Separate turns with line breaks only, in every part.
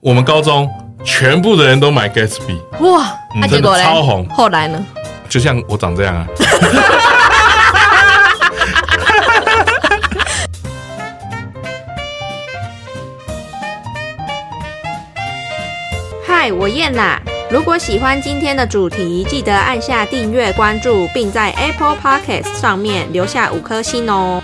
我们高中全部的人都买 Gatsby，
哇，
嗯
啊，结果嘞，
真的超红
后来呢？
就像我长这样啊。
嗨，我燕啦！如果喜欢今天的主题，记得按下订阅、关注，并在 Apple Podcast 上面留下五颗星哦。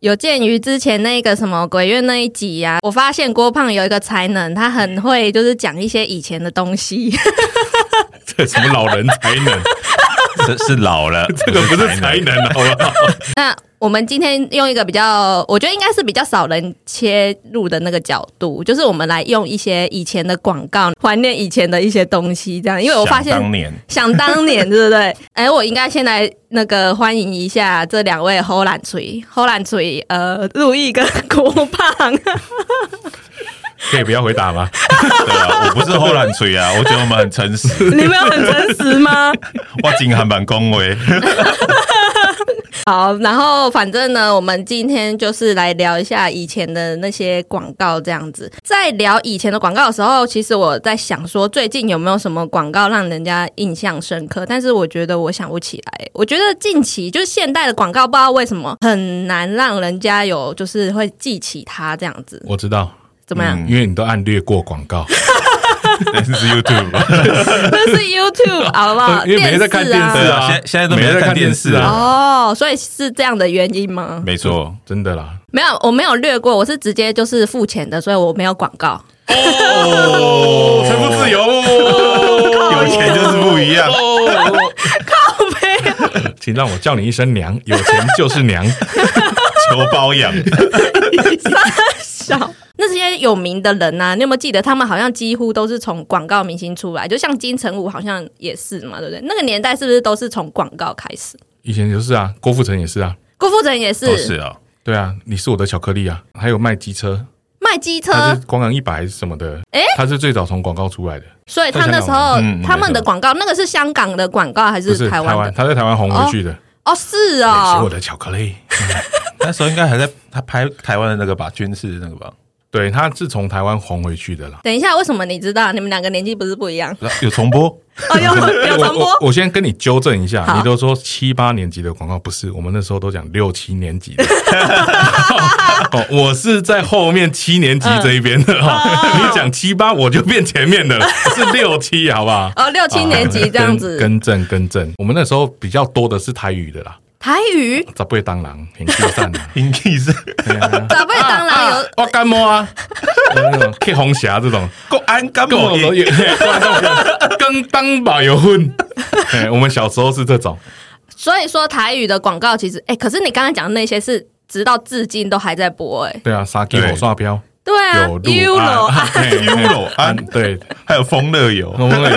有鉴于之前那个什么鬼月那一集啊，我发现郭胖有一个才能，他很会就是讲一些以前的东西。
这什么老人才 能？
是是老了，
这个不是才能，啊好不好？
那我们今天用一个比较，我觉得应该是比较少人切入的那个角度，就是我们来用一些以前的广告，怀念以前的一些东西，这样。因为我发现
想当年
想当年，对不对？ 哎、我应该先来那个欢迎一下这两位侯兰锤、侯兰锤，呃，陆毅跟郭胖。
可以不要回答吗？
对啊，我不是后懒锤啊，我觉得我们很诚实，
你们有很诚实吗？
我金韩版恭维，
好，然后反正呢，我们今天就是来聊一下以前的那些广告，这样子。在聊以前的广告的时候，其实我在想说，最近有没有什么广告让人家印象深刻？但是我觉得我想不起来。我觉得近期就是现代的广告，不知道为什么很难让人家有就是会记起它这样子，
我知道，
怎么样？
因为你都按略过广 告，
但是 YouTube，
那 是 YouTube 好不好？
因为每天在看哦电视
对
啊。
啊现在现在都没
每
在
天
看电视啊
哦，所以是这样的原因吗？
没错，
真的啦。
没有，我没有略过，我是直接就是付钱的，所以我没有广 告。
哦，财富自由哦，
有钱就是不一样，
哦，
靠背，
请让我叫你一声娘，有钱就是 娘。
求包养，
笑。那些有名的人啊，你有没有记得他们好像几乎都是从广告明星出来？就像金城武好像也是嘛，对不对？那个年代是不是都是从广告开始？
以前就是啊，郭富城也是啊，
郭富城也是,、
不是哦，
对啊，你是我的巧克力啊，还有卖机 车，
卖机
他
车
是，光阳一百还是什么的，
诶
他是最早从广告出来的，
所以他那时候、
在香港嗯
他们的广告，那个是香港的广告还
不是
台
台湾，
湾的？
他在台湾红回去的，
哦，是
你是我
哦，
的巧克力。
那时候应该还在他拍台湾的那个吧，军事那个吧，
对，他是从台湾红回去的啦。
等一下，为什么你知道？你们两个年纪不是不一样？
有重播，
哦，有有
我
传播
我我先跟你纠正一下，
好
你都说七八年级的广告不是，我们那时候都讲六七年级 的。哦，我是在后面七年级这一边的哦，你讲七八我就变前面的 了，是六七好不好？
哦，六七年级这样子。
更更正更正，我们那时候比较多的是台语的啦，
台语，
杂贝当郎、平地善啊，
英气是
对啊
长辈当然 有。
我干摸啊，那种 K 红霞这种，
够安干
跟我
某
有
一，
跟当保有混。哎，我们小时候是这种，
所以说台语的广告其实，哎、可是你刚才讲的那些是直到至今都还在播、哎，
对啊，杀鸡
对
火刷标
对啊
有路
，Euro
啊
啊，
嘿嘿
有路啊
嗯对，
还有风乐友，
我们有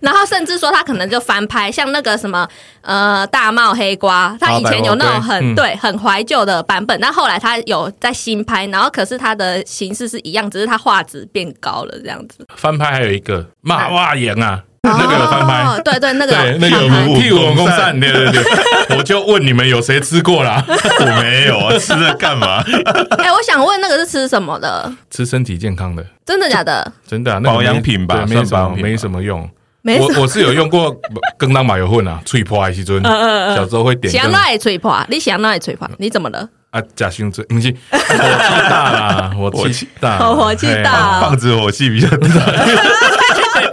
然后甚至说他可能就翻拍，像那个什么呃大帽黑瓜，他以前有那
大
种
帽
很
黑
对很怀旧的版本，但后来他有在新拍，然后可是它的形式是一样，只是它画质变高了这样子。
翻拍还有一个马哇眼啊，那个有翻拍
哦，。对对，那个
对，那个
有
有
翻拍
五
屁股文公散，对对对，我就问你们有谁吃过啦？
我没有啊，吃了干嘛？
哎、我想问那个是吃什么的？
吃身体健康的，
真的 假的？
真的啊那个
保养
没
品吧
对没
算
什
保养
么
品吧
没什么用。
没什么
我我是有用过跟当马油混啊，脆破的时阵，小时候会点
想
羹
那里吹破，啊你想那里吹破，你怎么了？
啊，假胸椎不是火气大 啦，火气大啦，
哦火气大
棒子火气比较大，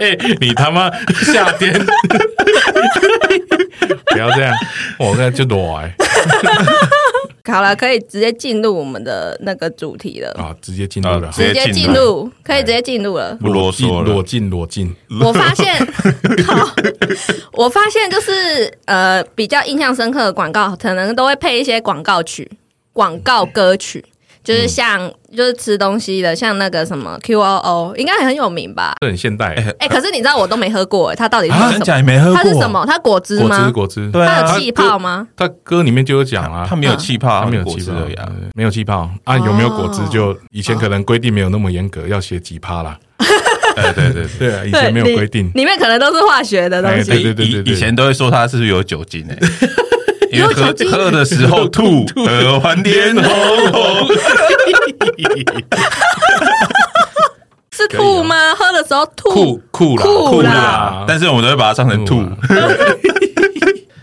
嘿。嘿你他妈夏天 不要这样，我那就暖欸
好了，可以直接进入我们的那个主题了，
啊，直接进入了
啊，
直接
直接进
进入，可以直接进入了。
不啰嗦
裸
了，
进裸进，
我发现，靠我发现就是呃，比较印象深刻的广告，可能都会配一些广告曲、广告歌曲，就是像、就是吃东西的，像那个什么 QOO，应该很有名吧？
这很现代欸。
哎、可是你知道我都没喝过、欸，它到底是
啊，
什
真
么？
假也没喝过，
它是什？么？它果汁
果汁
吗？
果汁，
对啊
它有气泡吗？
他歌里面就有讲啊
他。没有气泡，
他没有
果
气
汁
泡
而已啊，，
没有气泡啊！有没有果汁？
哦
就以前可能规定没有那么严格，要写几趴啦。
哎， 对对对。
对啊，以
以
前没有规定，
里面可能都是化学的东
哎
西。
对对对对对
以以前都会说他是不是有 酒精哎、欸，因为
有酒
喝
精
呃喝的时候吐，喝完脸红红。
是吐吗？喝的时候
酷酷
吐，
啦
酷
酷
啦啊
啦，
但是我们都会把它唱成
酷
吐。
啦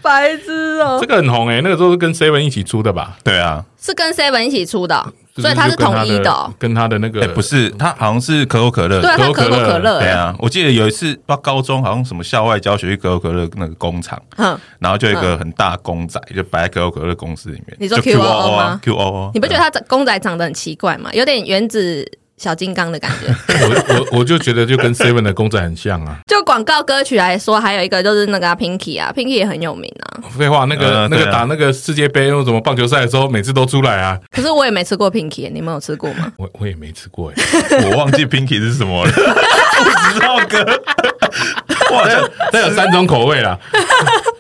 白痴哦、
这个很红诶，欸那个时候是跟 Seven 一起出的吧？
对啊，
是跟 Seven 一起出的哦、
就
所以它是
就跟
统
他
一的、哦。
跟他的那个
哎，不是，它好像是可口可乐。
对啊，它可口可乐，
对啊，我记得有一次，不知道高中好像什么校外教学去可口可乐那个工厂，
哼，
然后就有一个很大的公仔，就摆在可口可乐公司里面。
嗯你说
就
QOO
QOO
吗
啊？QOO，
你不觉得它长公仔长得很奇怪吗？有点原子小金刚的感觉。
我 我我就觉得就跟 Seven 的公仔很像啊。
就广告歌曲来说，还有一个就是那个、啊、Pinky 啊，Pinky 也很有名啊。
废话，那个、
呃
那
对啊
个打那个世界杯用什么棒球赛的时候，每次都出来啊。
可是我也没吃过 Pinky，你们有吃过吗？
我我也没吃过哎、
啊 我忘记 Pinky 是什么了， 不知道哥。 我好像
但有三种口味啦，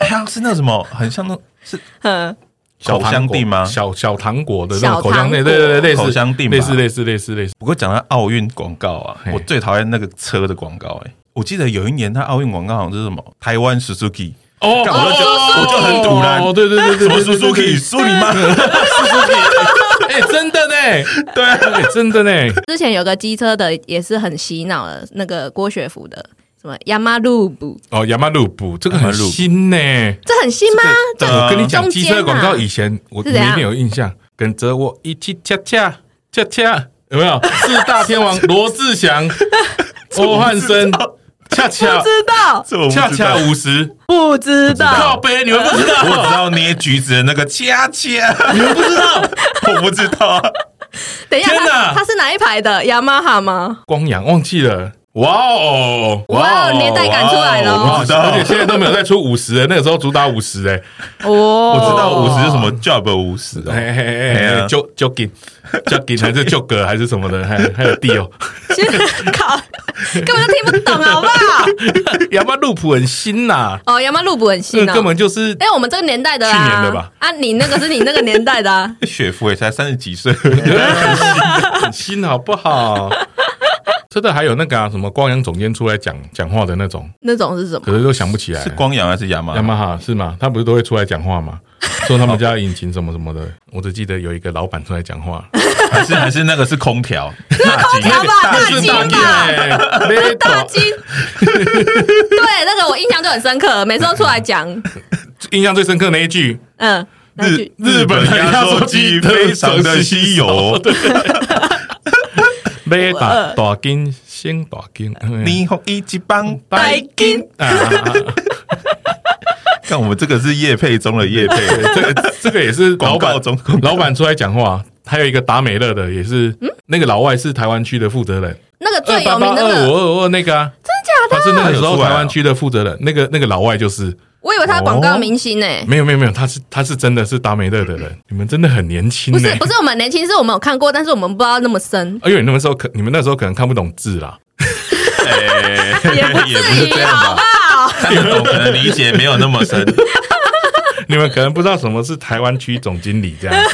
好像哎是那什么，很像那是
哼，
小
口
香
糖果
定吗？
小小糖果的那种口
小糖
香
果
类，对对对，类似
口香定吧
类似类似类似类似。
不过讲到奥运广告啊
嘿，
我最讨厌那个车的广告、欸。我记得有一年他奥运广告好像是什么台湾 Suzuki，
哦
干我就
哦
我就很堵然，
哦，对对对对，
什
对
么
对对
Suzuki，苏你妈！
Suzuki，哎，真的 呢，对、啊，真的呢，
之前有个机车的也是很洗脑的，那个郭雪芙的什么 Yamalu，
哦，雅马路布这个很
Yamalubu
新呢、
这很新吗？
这个
我跟你讲，
中
机
间啊
车广告以前我
是
你
怎样
一定有印象，跟着我一起恰恰恰恰，有没 有？四大天王罗志 祥、欧汉声，恰恰
知道，
这我不知道
恰恰五十，
不知
靠
道，
背你们不知
我
道，
只知道捏橘子的那个恰恰，你们不知道？ 我不知道啊，
等一下，
天
它
哪
它是哪一排的雅马哈吗？
光阳忘记了。哇哦！
哇哦年代感出来了哦
哇哦我不知道，
而且现在都没有再出五十了，那个时候主打五十哎，
哦，
我
我
知道五十是什么 job 五十哦，，
哎哎哎哎，就就给就给还是就哥还是什么的，还还有 D 哦，
其实靠， 根本就听不懂，好不好？
亚巴路普很新呐，
哦，雅马路不很
这
新
个
啊，
根本就是
哎，我们这个年代的啊，
去年的吧？
啊，你那个是你那个年代的啊
哎雪芙也才三十几岁，
哎 很新好不 好？真的还有那个、啊、什么光阳总监出来讲讲话的那种，
那种是什 么？
可是都想不起来。
是光啊阳还是雅马
雅？马哈是吗？他不是都会出来讲话 吗？说他们家引擎什么什么的，我只记得有一个老板出来讲 话，
还是还是那个是空调？空
调吧大金吧
耶，
大 金，对，那个我印象就很深刻，每次都出来讲，
印象最深刻那一 句，
嗯，那
日
句
日本的压缩机非常的稀
哦
有，勒大大金先大金，
霓虹一级棒，
白金，
啊，
看我们这个是叶配中的叶 配，
这个这个也是老
广告
板
中广告
老板出来讲话，还有一个达美乐的也是，
嗯
那个老外是台湾区的负责人，
那个
二
最
八
有
八
名那
二五
个，
二二那个啊，
真
他
假
是
的？
那个时
他有
候
出来
台
哦
湾区的负责人，那个那个老外就是
我以为他是广告明星呢、
没有没有没有，他是他是真的是达美乐的人，你们真的很年轻
不
呢，
是，不是我们年轻，是我们有看过，但是我们不知道那么深
哎呦，你们那时候可你们那时候可能看不懂字啦，
哎
也不
也不
至
是
于
这样
好不
吧？
好？
看得懂，可能理解没有那么 深。
你们可能不知道什么是台湾区总经理这样。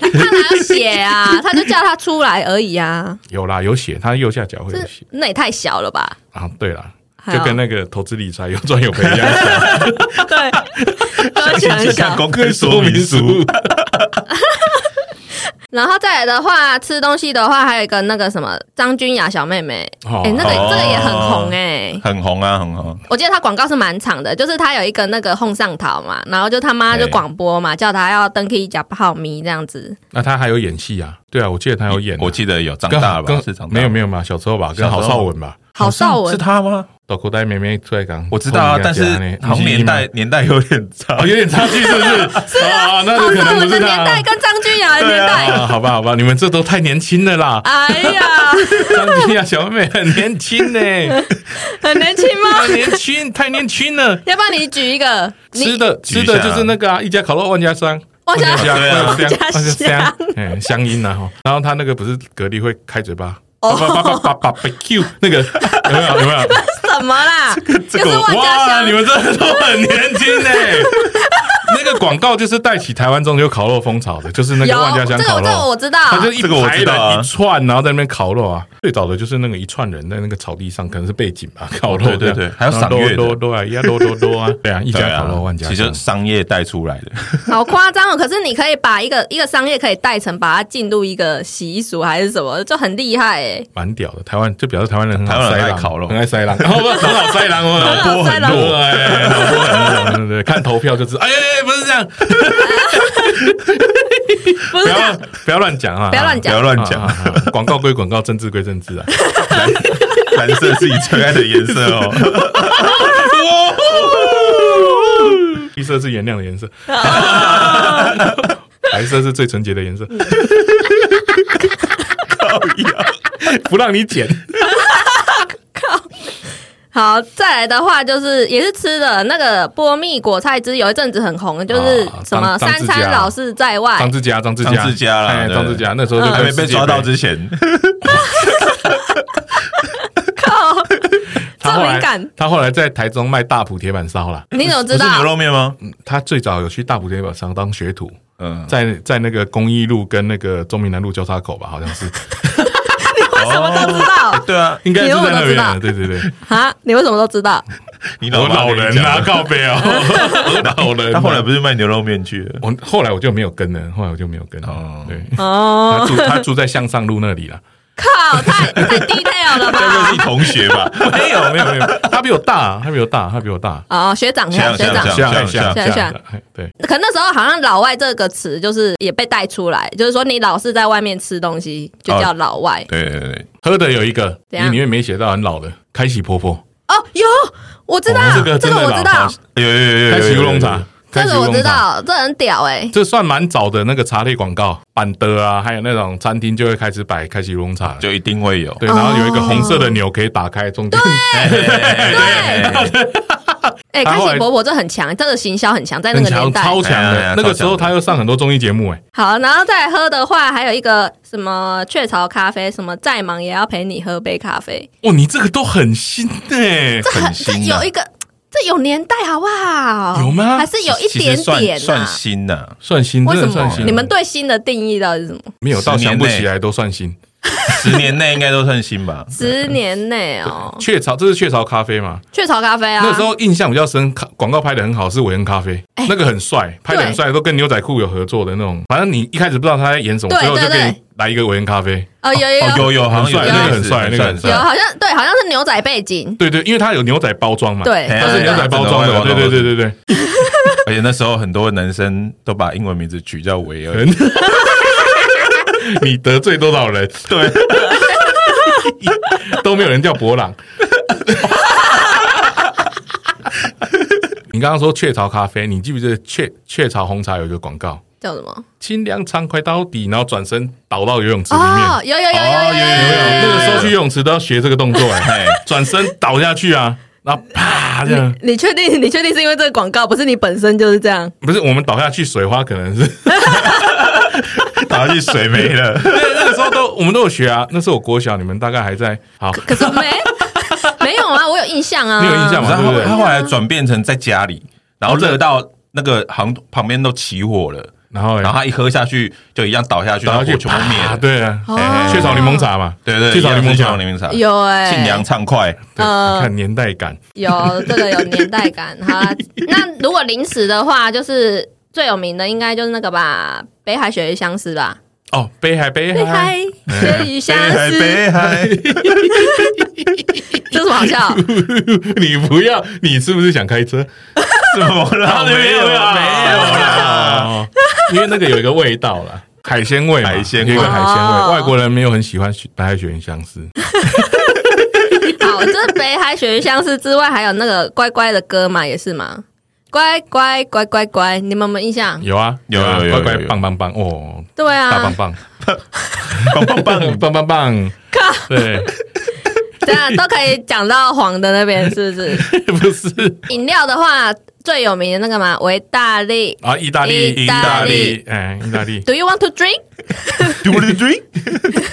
他哪有写啊？他就叫他出来而已啊，
有啦，有写，它右下角会有
这
写
那也太小了吧？
啊。对啦，
还有
就跟那个投资理财有赚有赔一样，
对，而且很
去看
小。
公开说明 书，
然后再来的话，吃东西的话，还有一个那个什么张君雅小妹妹，哎、
哦
那个
哦
这个也很红哎、
很红啊，很红。
我记得他广告是蛮长的，就是他有一个那个哄上桃嘛，然后就他妈就
对
广播嘛，叫他要登 K 假泡米这样子。
那他还有演戏啊？对啊，我记得他有演啊、
我记得有长
跟
大
好
吧？
跟
是长大
没有没有嘛，小时候吧，跟郝邵文吧，
郝邵
是
文，
他吗？
到口袋妹妹出来讲，
我知道啊，但是好像年代年代有点差
哦。有点差距，是不是？是啊，那就
郝
可
邵
能
文
不
的
是
年代
他。
跟张君雅的年代，
啊，好吧，好吧，你们这都太年轻了啦！
哎呀，
张君雅小妹妹很年轻呢、
很年轻吗？
太年轻，太年轻了。
要不然你举一个，你
吃的
举
吃
一
的
下
就是那个啊，一家烤肉万家香，
万家
香，
对啊
万家香，万
万家
家
香
香，嗯，香音啊哈。然后他那个不是蛤蜊会开嘴巴，
哦
叭叭叭叭叭叭 Q 那个有没有有没有？
什么啦？
这
又
个
是万家
哇，你
香，
们真的都很年轻哎。那个广告就是带起台湾中秋烤肉风潮的，就是那
有
个万家香
这个
烤
这个
肉。
我知道，
他就一
这个我
排
知道啊
人一串，然后在那边烤肉啊。最早的就是那个一串人在那个草地上，可能是背景吧，烤肉这样。
对对对还有赏月的
多多啊，一呀多多多啊，对啊，一
对
家
啊
烤肉万家
其实
香。
商业带出来 的，
好夸张哦！可是你可以把一个一个商业可以带成，把它进入一个习俗还是什么，就很厉害哎、
蛮屌的，台湾就表示台湾人很好
台湾
塞
人
狼，
爱烤肉
很爱塞狼，然后不很好塞狼，我
脑波很弱
哎，哎脑波很弱，对对对，看投票就知道，哎，哎哎不是这样，
不是
不
这
要
样，
不要乱讲啊，
不要乱
不
讲
要乱
啊
讲
啊。啊啊广告归广告，政治归政治啊，
蓝色是你最爱的颜色哦。
绿色是原谅的颜 色，白色是最纯洁的颜色， 不让你剪，
好，再来的话就是也是吃的那个波蜜果菜汁，有一阵子很红，就是
啊
什么
当当
三
自家
餐老是在外
张，志佳，张志佳，
张志佳啦
哎
对嗯
张志佳，那时候就
还没
跟世
被
界
抓到
杯
之前，
靠，
他
这
后
敏
来
感，
他后来在台中卖大埔铁板烧啦。
你怎么
不
知
是牛
道？
肉面吗？
他最早有去大埔铁板烧当学徒，
嗯，
在在那个公益路跟那个中民南路交叉口吧，好像 是，
为什么都知道
对啊，
应该是
你
在
为什么
那边啊。
知道
对对对，
啊？你为什么都知道？
你
我
妈
老
跟你
人
讲
啊，
的
告别 啊，我老人啊。
他后来不是卖牛肉面去 了？
我后来我就没有跟了，后来我就没有跟了
哦。
对，
哦，
他住他住在向上路那里了。
靠，太太 detail 了
该不会
吧
是？你同学吧？
没有没有没有，他比我大，他比我大，他比我大。
哦，学长，学
像
长，学长
像。
像
像
像
像像
哎对，
可那时候好像“老外”这个词就是也被带出来，就是说你老是在外面吃东西就
哦
叫老外
对对对，
喝的有一个，
怎
你
样
里面没写到很老的，开喜婆婆，
哦。有，我知道
哦这个
这
真
个
的
我
老
知道，
对有有有有，
开喜乌龙茶，，
这
开喜
个
乌
我
龙
知
茶。
道，这很屌哎。
这算蛮早的那个茶类广告，板德啊，还有那种餐厅就会开始摆开启乌龙茶了。
就一定会有。
对，
哦
然后有一个红色的钮可以打开，中间
哎
对，哎，
他
开
后来
心婆婆这很强，这个行销很强，在那
很
个年
强，
代。
超强
哎呀哎
的
呀。
那个时候他又上很多综艺节目，哎，
好，然后再喝的话，还有一个什么雀巢咖啡，什么再忙也要陪你喝杯咖啡，
哇，你这个都很新哎，
很
这
新啊
有一个。这有年代好不好？
有吗
还是有一
其
点
实算
点
算
啊？
新呐，
算新，
为
真
什
的算
么
新。？
你们对新的定义到底是什么？
没有到
十年
想不
内
起来都算新。
十年内应该都算新吧？
十年内哦，
雀巢，这是雀巢咖啡嘛？
雀巢咖啡啊，哎
那时候印象比较深，咖广告拍的很好，是韦恩咖啡，那个很帅，拍的很帅，都跟牛仔裤有合作的那种。反正你一开始不知道他在演什么，
对
最后就
对
给
对
你来一个韦恩咖啡。
哦有有
哦，
有
有有，好像有
很帅
那个
很帅那个很帅
有，好像对，好像是牛仔背景，
对对，因为它有牛仔包装嘛，
对
它是牛仔包装的，对对对对对。
而且那时候很多男生都把英文名字取叫维尔，
人， 你得罪多少人？对， 都没有人叫博朗。你刚刚说雀巢咖啡，你记不记得雀雀巢红茶有一个广告？
叫什么？
清凉畅快到底，然后转身倒到游泳池里面。
哦，有有有有
有
哦有
没有？
有
那个时候去游泳池都要学这个动作哎、
哎
转身倒下去啊，然后啪这样。
你确定？ 你确定是因为这个广告，不是你本身就是这样？
不是我们倒下去，水花可能 是
打下去水没了。
那那个时候都我们都有学啊。那时候我国小，你们大概还在好，
可是没 没有啊，我有印象啊，
你有印象吗
然
对不
后
对
他后来转变成在家里，然后热到那个行旁边都起火了，
然后嘞
然后他一喝下去就一样倒下去，
倒下去
然后火全部灭
啪
了。
对啊，
哦
雀巢柠檬茶嘛，
对对，
雀巢柠檬
雀巢
茶，
柠檬茶，
有哎，
清凉畅快，
对
呃
你看年代感，
有这个有年代感哈。好 啦那如果零食的话，就是最有名的应该就是那个吧，北海鳕鱼香丝吧，
哦，北海北
北
海
海，鳕鱼香丝，
哎北海，北海
这有什么好 笑？
你不要，你是不是想开车？
怎么了？啊
아.
没有啦，
啦，因为那个有一个味道啦。海鲜味嘛，
海鲜味
有一个海鲜
哦
味，外国人没有很喜欢北海鳕鱼香丝，
好，哦这北海鳕鱼香丝之外，还有那个乖乖的歌嘛，也是嘛。乖乖乖乖乖，你们有没有印象？
有啊，
有
啊
有有
乖乖
有有
棒棒棒哦，
对
大棒
啊，
棒， 棒棒棒，棒棒棒，对，
这样啊都可以讲到黄的那边，是 不是？
不是
饮料的话，最有名的那个嘛，维大利。
啊，意大利，
意大利，
哎，意大利，
Do you want to drink？
Do you drink？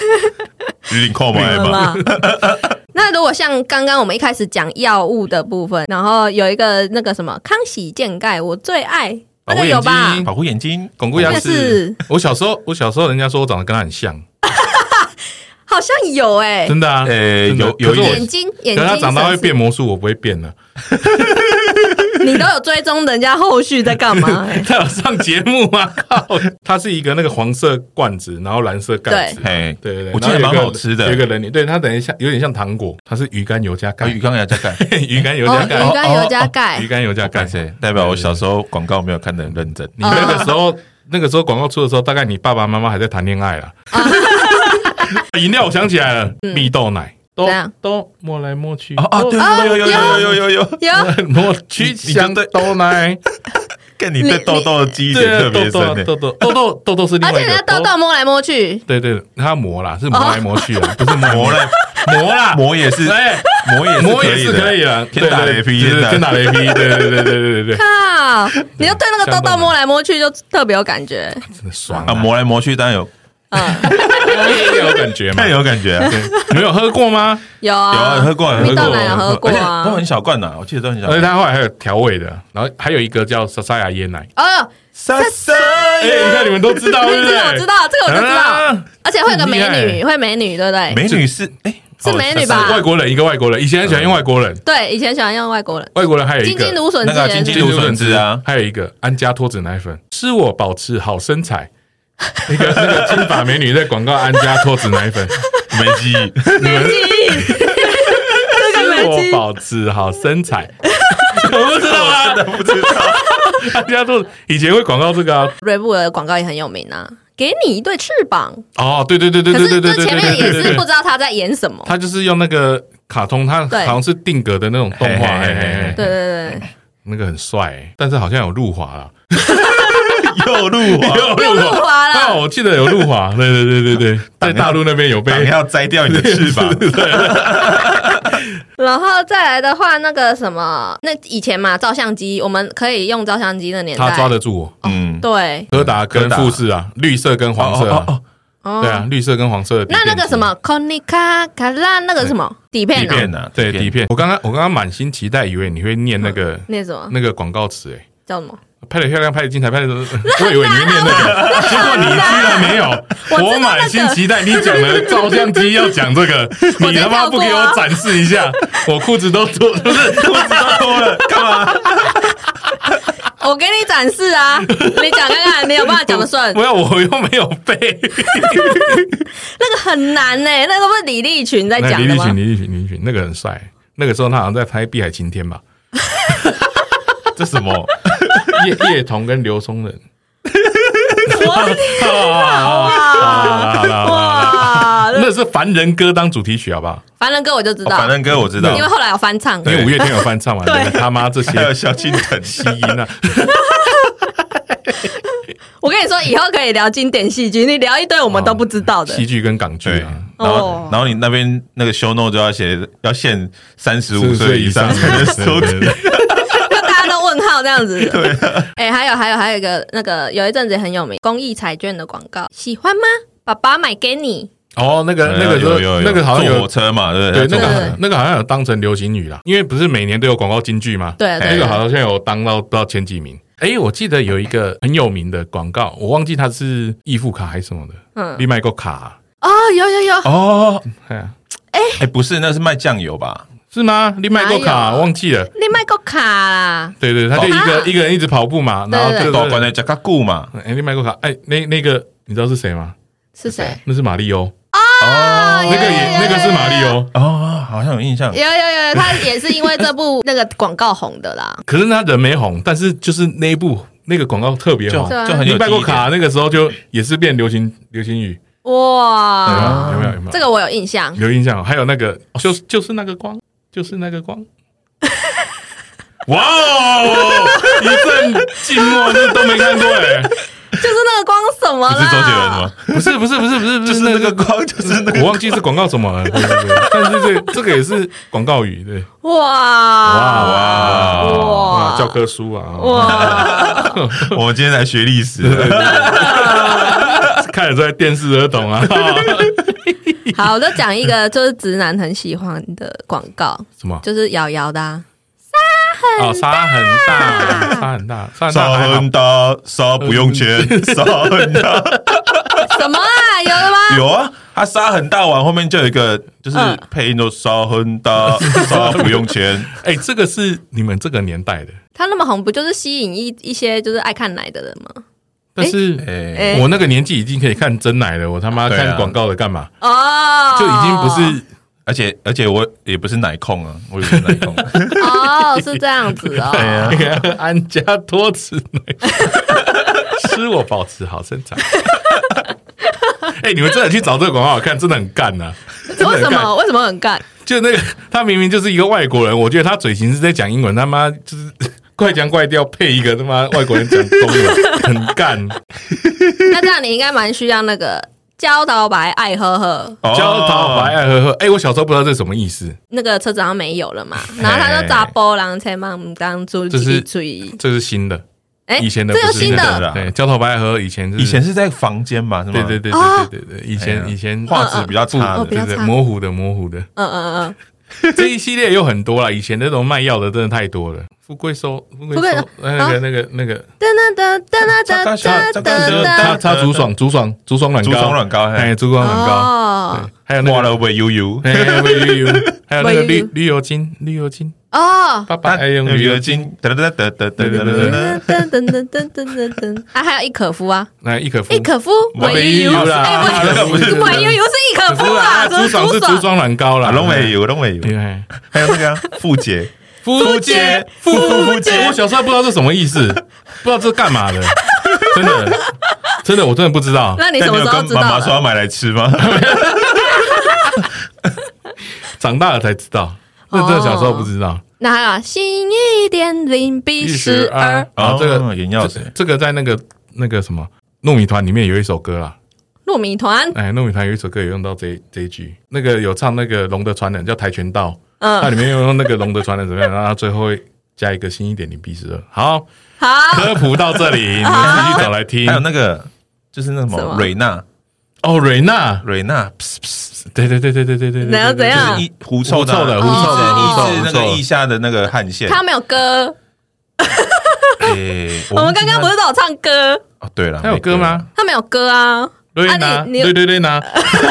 有 아,点靠麦吧？
嘛。 那如果像刚刚我们一开始讲药物的部分，然后有一个那个什么康熙健钙，我最爱
保
아,뭐
护眼
那个有
睛
保，护眼睛，
巩固牙
那
齿
是。
我小时候，我小时候人家说我长得跟他很像，
好像有哎、
真的啊，
呃
真的
有有
可是我
眼睛眼
可是
睛
他长大
神
会
是
变魔术，我不会变的。？
你都有追踪人家后续在干嘛、欸
他有上节目吗？靠，它是一个那个黄色罐子，然后蓝色盖子。
嘿，
对对对，
我记得
然后有一个
蛮好吃的
有一个人脸，对它等一下有点像糖果，它是鱼干油加
啊，
钙，
鱼缸也在干。
鱼干油
哦，
加
鱼
钙，哦
肝油加钙
鱼，干油加钙
感。谢，代表我小时候广告没有看得很认真。
你那个时
嗯
候，那个时候广告出的时候，大概你爸爸妈妈还在谈恋爱啦。
啊
饮料我想起来了，蜜豆奶，都
怎样
都摸来摸去
嗯哦，哦，对，
哦
有有有有有有
哦
有，
有
摸去香
你就
豆 奶，
看你对痘痘的记忆点
对啊
特别深呢。
豆豆豆豆豆豆豆是另
而
外
且
一
人
个
家豆豆摸来摸去，
对对，它磨啦，是磨来磨去啊，不是磨
磨了
磨啦，
哦磨也是，
哎，
磨也
磨也
是
是可
可以
以
的。
啊，
天打雷劈
对对对天
天
打
打
雷劈，对对对对对对对，
靠！你就对那个豆
香豆
豆
奶
摸来摸去就特别有 感觉，
真的爽
啊，磨来磨去，当然有，
嗯，
哎有感觉嘛
太？有感觉啊。
对你有喝过吗？
有
有
啊
啊，喝过啊，
蜜
喝
豆
过
奶有
啊，
喝过
而且都
啊
很，小罐的，我记得都很小
而且
罐。
它后来还有调味的，然后还有一个叫沙沙牙椰奶。
哦，
三三，
哎，你看你们都知道，对不
这
对
个？我知道，这个我就知道，
啊。
而且会有个美
很厉欸
女，会美女，对不对？
美女是哎，
是美女吧
是外国人一个外国人，以前很喜欢用外国人，
对，以前喜欢用外国人，
外国人还有一
金
个
金芦笋
那个啊
汁也
金
是
金芦芦笋汁啊
还有一个安家脱脂奶粉，吃我保持好身材。那个那个金发美女在广告安家脱脂奶粉，
没记忆，
你们
这个
吃
美
我
肌，
保持好身材。我不知道啊，
真的不知道。
大家都以前会广告这个啊。
锐步的广告也很有名啊。给你一对翅膀，
哦，对对对对
可
对
是
对对
这
对
前
对
面也
对对
是
对
不
对，
知道他在演什么。
他就是用那个卡通，他
对
好像是定格的那种动画，嘿
嘿嘿嘿
嘿嘿
嘿
对对
哎
对
那个很帅欸，但是好像有入华了，
又入华，
有
对，又入华
啊，
了，
我记得有入 华，对对对对对，在大陆那边 有被
等一下要摘掉你的翅膀，
然后再来的话，那个什么，那以前嘛，照相机，我们可以用照相机的年代，
他抓得住我。
嗯，
对，
柯达跟富士啊，绿色跟黄色
哦
啊，
哦
哦
对啊，绿色跟黄色的底
那
片
那个
纸
什么 Konica 卡拉那个什么底片
底
啊，
片啊，
对底片，我刚刚我刚刚满心期待，以为你会念那个
那什么
那个广告词，哎，
叫什么？
拍的漂亮，拍的精彩，拍的， 我以为你会念那 个，结果你居然没
我知道那
有。
个
我满心期待你讲的照相机要讲这个，
我
你他妈
在跳
不
过
给
啊
我展示一下，我裤子都脱， 不是裤子都脱了，干嘛？
我给你展示啊，你讲看看，你有办法讲得顺？
不要，我又没有 背。
那个很难呢、那个不是李立群在
那
讲
李
的
立
吗
群，？李立群，李立群，那个很帅。那个时候他好像在拍《碧海晴天》 吧，
这什么？
叶叶童跟刘松 仁。
我的 天
好啦好啦
啊！
好啦
哇，
那是《凡人歌》当主题曲，好不好？
凡人歌我就知
哦
道
反，正歌我知道
因，为后来有翻唱。
因为五月天有翻唱嘛，
对
对他妈这些
还有萧敬腾，
基因啊，
我跟你说，以后可以聊经典戏剧，你聊一堆我们都不知道 的。
哦戏剧跟港剧
对，
啊，
然
哦
后然后你那边那个 show note 就要写要限三十五
45
岁以上 才能
对
收
对
听
对，
就大家都问号这样子。对、 哎、还有还有还有一个那个有一阵子也很有名公益彩券的广告，喜欢吗？爸爸买给你，
哦，那个那个
哎有有
时候
有哎
那个好像
坐
有
火。车嘛，对不
对，那
对
个那个好像有当成流行语啦，因为不是每年都有广告金句嘛。
哎
对对
那个
对
好像有当到到前几名。哎，我记得有一个很有名的广告，我忘记它是易付卡还是什么的，
嗯，
你买过卡？啊
哦，有有有，
哦，
哎呀
哎，不是，那是卖酱油吧？
是吗？你买过卡？
哪有
忘记了。
你买过卡啦，
对对，他就一个
啊
一个人一直跑步嘛，然后
对
就
对
多关在加卡固嘛，
哎，你买过卡？哎，那那个你知道是谁吗？
是谁？
那是马里欧，
啊
哦
那个也
有有
那个是马里欧。
哦，好像有印象
有，有有，他也是因为这部那个广告红的啦。
可是他人没红，但是就是那一部那个广告特别
就
红
对。啊
就很
你
有
买
记
过
忆点
卡那个时候就也是变流行流行语，
哇，
有没有有没有
啊这个我有印象，
有印象？还有那个
哦
就是就是那个光，就是那个 光。哇哦！一阵静默，这都没看过 哎、
就是那个光什么
不
啦？
是周杰伦吗？
不是不是不是不是，
就是那个光，就是那个
我忘记是广告什么了，对对对。但是这这个也是广告语，对，
哇
哇
哇
啊，
啊哇
教科书啊，哇，
哇！
我们今天来学历 史的，
看得出来电视儿童啊，
好，我就讲一个就是直男很喜欢的广告，
什么
就是瑶瑶的、啊。
哦，沙很大，沙很大，沙很大
烧
还好
很大，烧不用钱，
嗯
烧很大。
什么啊？有了吗？
有啊，他沙很大碗后面就有一个，就是
嗯
配音都烧很 大，烧不用钱。
哎、这个是你们这个年代的，
他那么红，不就是吸引一一些就是爱看奶的人吗？
但是、
哎，
我那个年纪已经可以看真奶了，我他妈
对
看
啊
广告的干嘛？
哦，
就已经不是
而且而且我也不是奶控啊，我也不是奶控。
哦，是这样子哦。
哎
啊
呀 安家多吃奶，吃我保持好身材。哎、你们真的去找这个广告看，真的很干呐、真的
为
很
什
干
么？为什么很干？
就那个他明明就是一个外国人，我觉得他嘴型是在讲英文，他妈就是 快讲快调配一个他妈外国人讲中文，很干。
那这样你应该蛮需要那个焦桃白爱呵呵，
哦
焦桃白爱呵呵，哎、我小时候不知道这是什么意思，
那个车子好像没有了嘛，然后他就砸波浪才帮当初
这是
追，
这是新的。
哎，
以前的
这有
不是
新
现在的
的
啦
对，焦头白额以前是
啊哦以前是在房间吧，是吗？
对对对
啊
对对对对，以前
哎呀
以前
画质比较差
哦
的
比，较
对对
差
模糊的模 糊的
嗯嗯
这一系列有很多啦，以前那种卖药的真的太多了，富贵收富贵
富贵啊
收
手，
那个那个那个
嗯，噔噔噔噔噔噔噔
呃
擦
噔
呃
擦竹爽竹爽竹爽软膏，
竹爽软膏嘿
哎竹爽
噔，
软膏，
哦
对还有那
挂
个
了尾 悠悠。
哎还有绿 油，还有那个
喂
绿
油
绿油精绿油精，
哦。
爸爸爱哎用
旅
绿
游
油精，
金，得得得得得得得得
噔噔噔噔噔噔噔啊！还有一可夫啊，
来一可夫
一，可夫
唯
唯
一
优，
有啦
哎，
那个
唯
不是
唯优是一可夫啊，
竹爽是竹爽软膏啦，
啊，龙尾油，龙尾油，
对，哎
还有那个啊富姐，
夫
姐
夫
夫
姐，我小时候不知道这什么意思，不知道这干嘛的，真的，真的，我真的不知道。
那你
但
什么
有
时候
跟
知
妈
道
妈说
的？
要买来吃 吗？
长大了才知道，那真的小时候不知道。
那还有啊心一点零比十二，
啊，这个
哦眼药水
这这个在那个那个什么糯米团里面有一首歌啦，
糯米团，
哎，糯米团有一首歌有用到这这一句，那个有唱那个龙的传人叫跆拳道，它
嗯，
里面有用那个龙的传人怎么样，然后它最后会加一个新一点零 B 十二。好，
好，
科普到这里，你们自己找来听
还。有那个就是那什
什
么
么
蕊娜，
哦，瑞娜，
蕊娜，
对对对对对对对，对
怎样怎样
就是一狐臭啊
狐臭的狐
臭的狐臭
抑制
狐臭
那个
的
腋下的那个汗腺。
他没有歌，
诶
我们刚刚不是都有唱歌，
哦，对了，
他有歌吗？
他没有歌啊。
瑞
啊
娜，
你你有
对对对呢，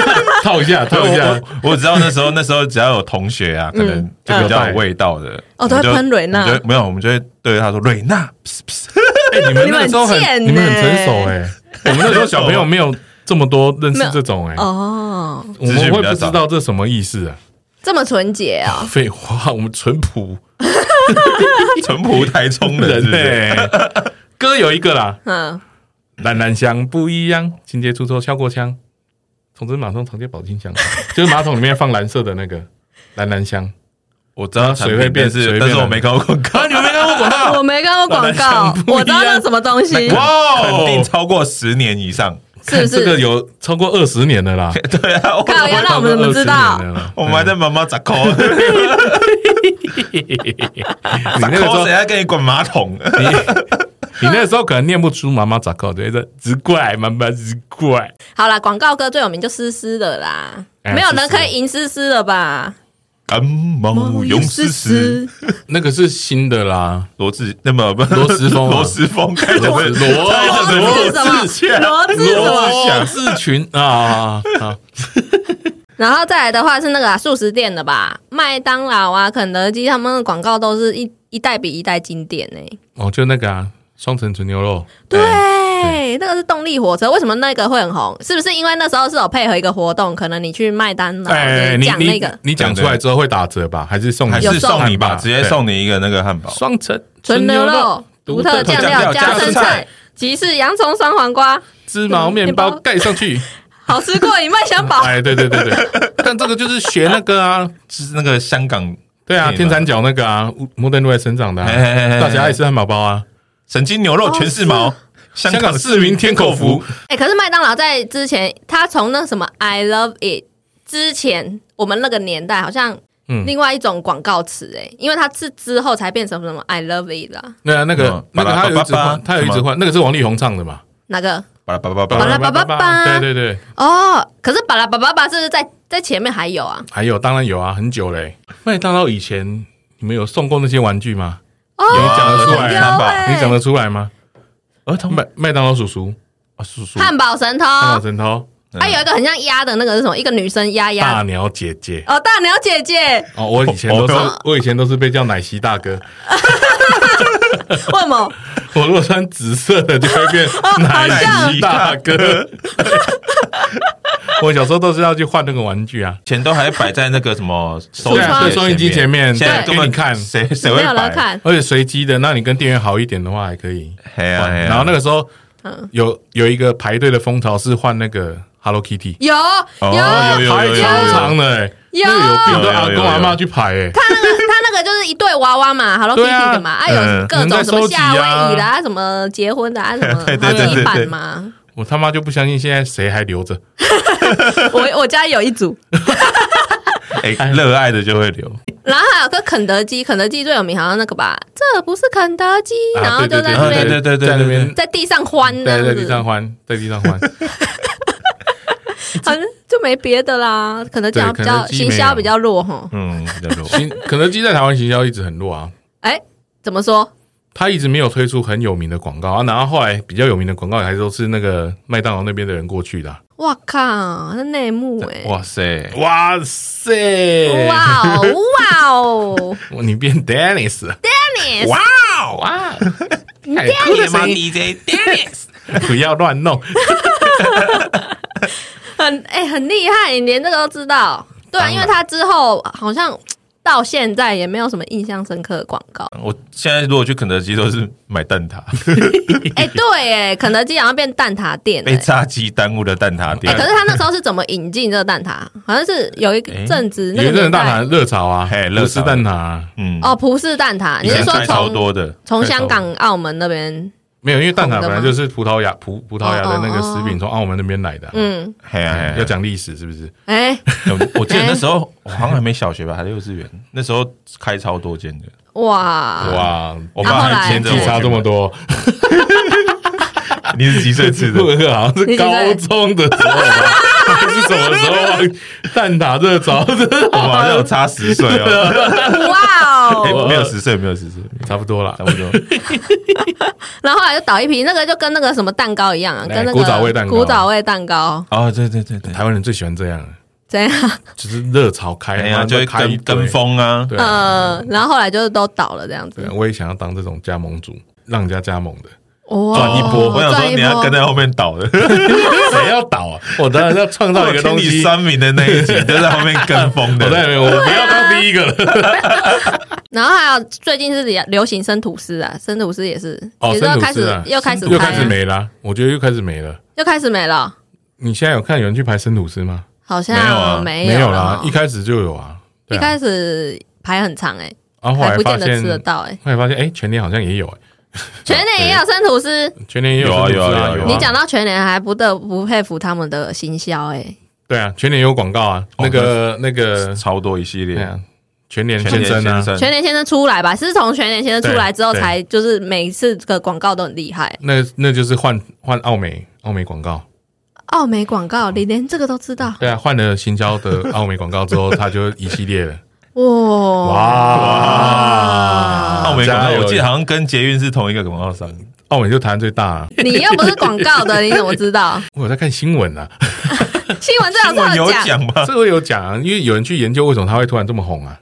套一下，
没
套
歌？
一
对，
下
我。我我知道那时候那时候只要有同学啊，可能
嗯
就比较有味道的，
嗯哦都会
我们就
喷蕊娜
我们就没有，我们就会对他说蕊 娜，
哎，你们
你们
那个时候很
很，贱
你们很
呢
成熟哎。我们那时候小朋友没有这么多认识
没有
这种哎，
哦，
我们会不知道这什么意思啊？
这么纯洁啊！
废话，我们淳朴
淳朴台中人，
人
是不是
哎。歌有一个啦，
嗯，
懒懒香不一样，清洁出抽敲过枪，从此马桶常见保 金箱，就是马桶里面放蓝色的那个蓝蓝香。啊
我知道产品
水会变
但
水
是
会变
但是我没看过广告，你们没看过广告？
我没看过广告，我知道那什么东西，
哇，
啊
肯定超过十年以上。
是不
哦看这个
是？
有超过二十年的啦，
对啊，我
靠，要哎让我们怎么知道？
我们还在妈妈砸 call，
你
砸
那个时
call
候
谁，还跟你滚马桶？
你你那个时候可能念不出妈妈咋搞的，这只怪妈妈只怪。
好啦，广告歌最有名就思思的啦，
哎
没有人
思思
可以赢思思的吧？
感冒哦勇士师，
那个是新的啦，
罗志那么不
罗时丰啊
罗时丰开的
罗
是
罗
罗志什么？罗志什么？
罗志群啊啊！
然后再来的话是那个啊素食店的吧，麦当劳啊、肯德基他们的广告都是一一代比一代经典呢、
哦，就那个啊，双层纯牛肉，
哎对，那个是动力火车，为什么那个会很红？是不是因为那时候是有配合一个活动，可能你去麦当劳就是
你
讲那
你
个
你讲出来之后会打折吧？还是送你？
哎还
有
是
送
送你吧，
对
直接送你一个那个汉堡。
双层
纯牛肉、独特酱料加生菜、集市洋葱、酸黄瓜，
芝麻嗯面包
面包
盖上去。
好吃过瘾，麦香堡。
哎，对对对对，但这个就是学那个啊，
就是那个香港
对啊，
对嘛
天三角那个啊，摩登路在生长的啊，
嘿嘿嘿嘿
大侠爱吃汉堡包啊，
神经牛肉全是毛，香
香港
港
市
市
民
民
天
天
口
口
福
福。
哎、可是麦当劳在之前，他从那什么 “I love it” 之前，我们那个年代好像
嗯
另外一种广告词哎、因为它是之后才变成什么 “I love it” 啦。
那啊那
什
个那个
么嗯巴拉
他有一直
巴巴
换，他有一直
什么
换，那个是王力宏唱的嘛？
哪个？
巴拉巴拉巴
巴
拉，
拉巴巴巴
对对对，
哦，可是巴拉巴巴巴是不是在在前面
哎
还有啊？
还有当然有啊，很久嘞。麦当劳以前你们有送过那些玩具吗？你
哦
讲得出
哎
来
有
吗？
哎
你讲得出来吗？
儿童
麦麦当劳叔叔、
啊，叔叔，
汉堡神偷，
麦当
还、
劳神偷、
有一个很像鸭的那个是什么？一个女生鸭
大
鸭
鸟姐姐。
哦，大鸟姐 姐，
哦，我以前都是
哦哦
我以前都是被叫奶昔大哥。
为什么？
我如果穿紫色的，就会 变奶昔大哥。 我小时候都是要去换那个玩具啊，
钱都还摆在那个什么收
对啊
音
对收音机前面
现在
对
根本
给你看
谁谁
没有人
会摆？
看，
而且随机的。那你跟店员好一点的话，还可以
嘿啊
换。
嘿啊
然后那个时候
嗯
有有一个排队的风潮是换那个 Hello Kitty，
有有
哦有有
排超长的欸，
有
那个有病都阿
有有有
公阿妈去排哎。
他那个他那个就是一对娃娃嘛，Hello
对啊
Kitty 的嘛，啊有
嗯
各种什
能在收
么
集啊
夏威夷的啊，什么结婚的啊，什么
对对
对
好几
对
版
对
嘛。
我他妈就不相信现在谁还留着。
我我家有一组，
哎，热爱的就会留。
然后还有个肯德基，肯德基最有名好像那个吧，这不是肯德基，
啊
然后就在那
对
边
对对对
在那
对
边
对
在地上欢这样
对，在地
子，
上欢，在地上 欢。
好像就没别的啦。肯德基好像比
对
较
肯德基
行
没
销
有
比较弱吼，
嗯，比较弱
行肯德基在台湾行销一直很弱啊，
哎，怎么说？
他一直没有推出很有名的广告啊。然后后来比较有名的广告还都是那个麦当劳那边的人过去的啊、
哇靠，那内幕哎、
哇塞，
哇塞！
哇哦哇哦
你变 Dennis 了
，Dennis，
哇哦 哇！太酷了吧你
DJ Dennis？
不要乱弄，
很哎、很厉害，你连这个都知道。对
当
啊，
然
因为他之后好像到现在也没有什么印象深刻的广告。
我现在如果去肯德基都是买蛋挞，
哎、对，哎，肯德基好像变蛋挞店了
被
哎、
炸鸡耽误的蛋挞
哎、
店
可。是他那时候是怎么引进这个蛋挞？好像是有一
哎
阵子
有
那
一
个
阵
年代
大挞热潮啊，
嘿热潮
乐事蛋挞啊
嗯，
哦，葡式蛋挞，你
以
是
前
说
卖超
从
多的，
从香港、澳门那边？
没有，因为蛋挞
红的
本
吗
来就是葡萄牙葡葡萄牙的那个
哦哦
食品从澳门那边来的啊。
嗯，
嘿啊嘿啊
要讲历史是不是？
哎、
我记得那时候我好像还没小学吧，还是幼稚园，那时候开超多间的。
哇，
哇，
啊
我爸
后来
还
年
牵着
纪
我
差这么多，
去买，你是几岁吃 的？
这个好像是高中的时候吧， 还是什么时候啊？蛋挞热 潮，
我好像有差十岁哦，
哇
哎
啊
哦！
没有十岁，没有十岁，
差不多啦
差。不多。
然后后来就倒一批，那个就跟那个什么蛋糕一样啊，
哎
跟那个
古早味蛋糕
古早味蛋糕
哦，对对对对，
台湾人最喜欢这样了，
怎样？
就是热潮开，然
哎呀，
后
就会
开一
跟
堆
跟。风 啊，
对啊，
呃，然后后来就是都倒了这样子
对啊，，我也想要当这种加盟主，让人家加盟的。
哇哦
转一波。我想说你要跟在后面倒的，
谁要倒啊？我当然要创造
我
一个
听
东
你
西。
三名的那 一集，就在后面跟风
我
的。
在没有，我不要当第一个了。
然后还有最近是流流行生吐司啊，生吐司也是，
哦，
也
生
是要
吐
开
司
始
啊，
又开始
又
拍
开始
啊，
没啦，我觉得又开始没了。
又开始没了，
你现在有看有人去排生吐司吗？
好
没有啊
像没
有
了
啦，，一开始就有啊。
一
对啊，
开始排很长哎，
然后后
还
来
不
发
见得
现
吃，得到哎，
后来发现，哎，全年好像也有，哎，
全年也有生吐司，
全年也有
有
生
啊
吐司
有啊
啊
有啊
有啊
你讲到全年还不得不佩服他们的行销哎，
对啊，全年有广告啊，那个那个，
超多一系
对
列，
啊，全年
全
先生啊
年先，生
全年先生出来吧，是从全年先生出来之后
对对
才就是每一次的广告都很厉害
那那就是换换奥美奥美广告，
奥美哦广告，你连这个都知道
对啊，换了新交的奥美广告之后，它就一系列了。
哇！
哇
澳美广
加
告，
油
我记得好像跟捷运是同一个广告商。
澳哦美就台湾最大、啊，
你又不是广告的，你怎么知道？
我有在看新闻 啊，
新闻最好
新闻
是
有
讲，
讲吗？
这个有讲、啊，因为有人去研究为什么它会突然这么红啊，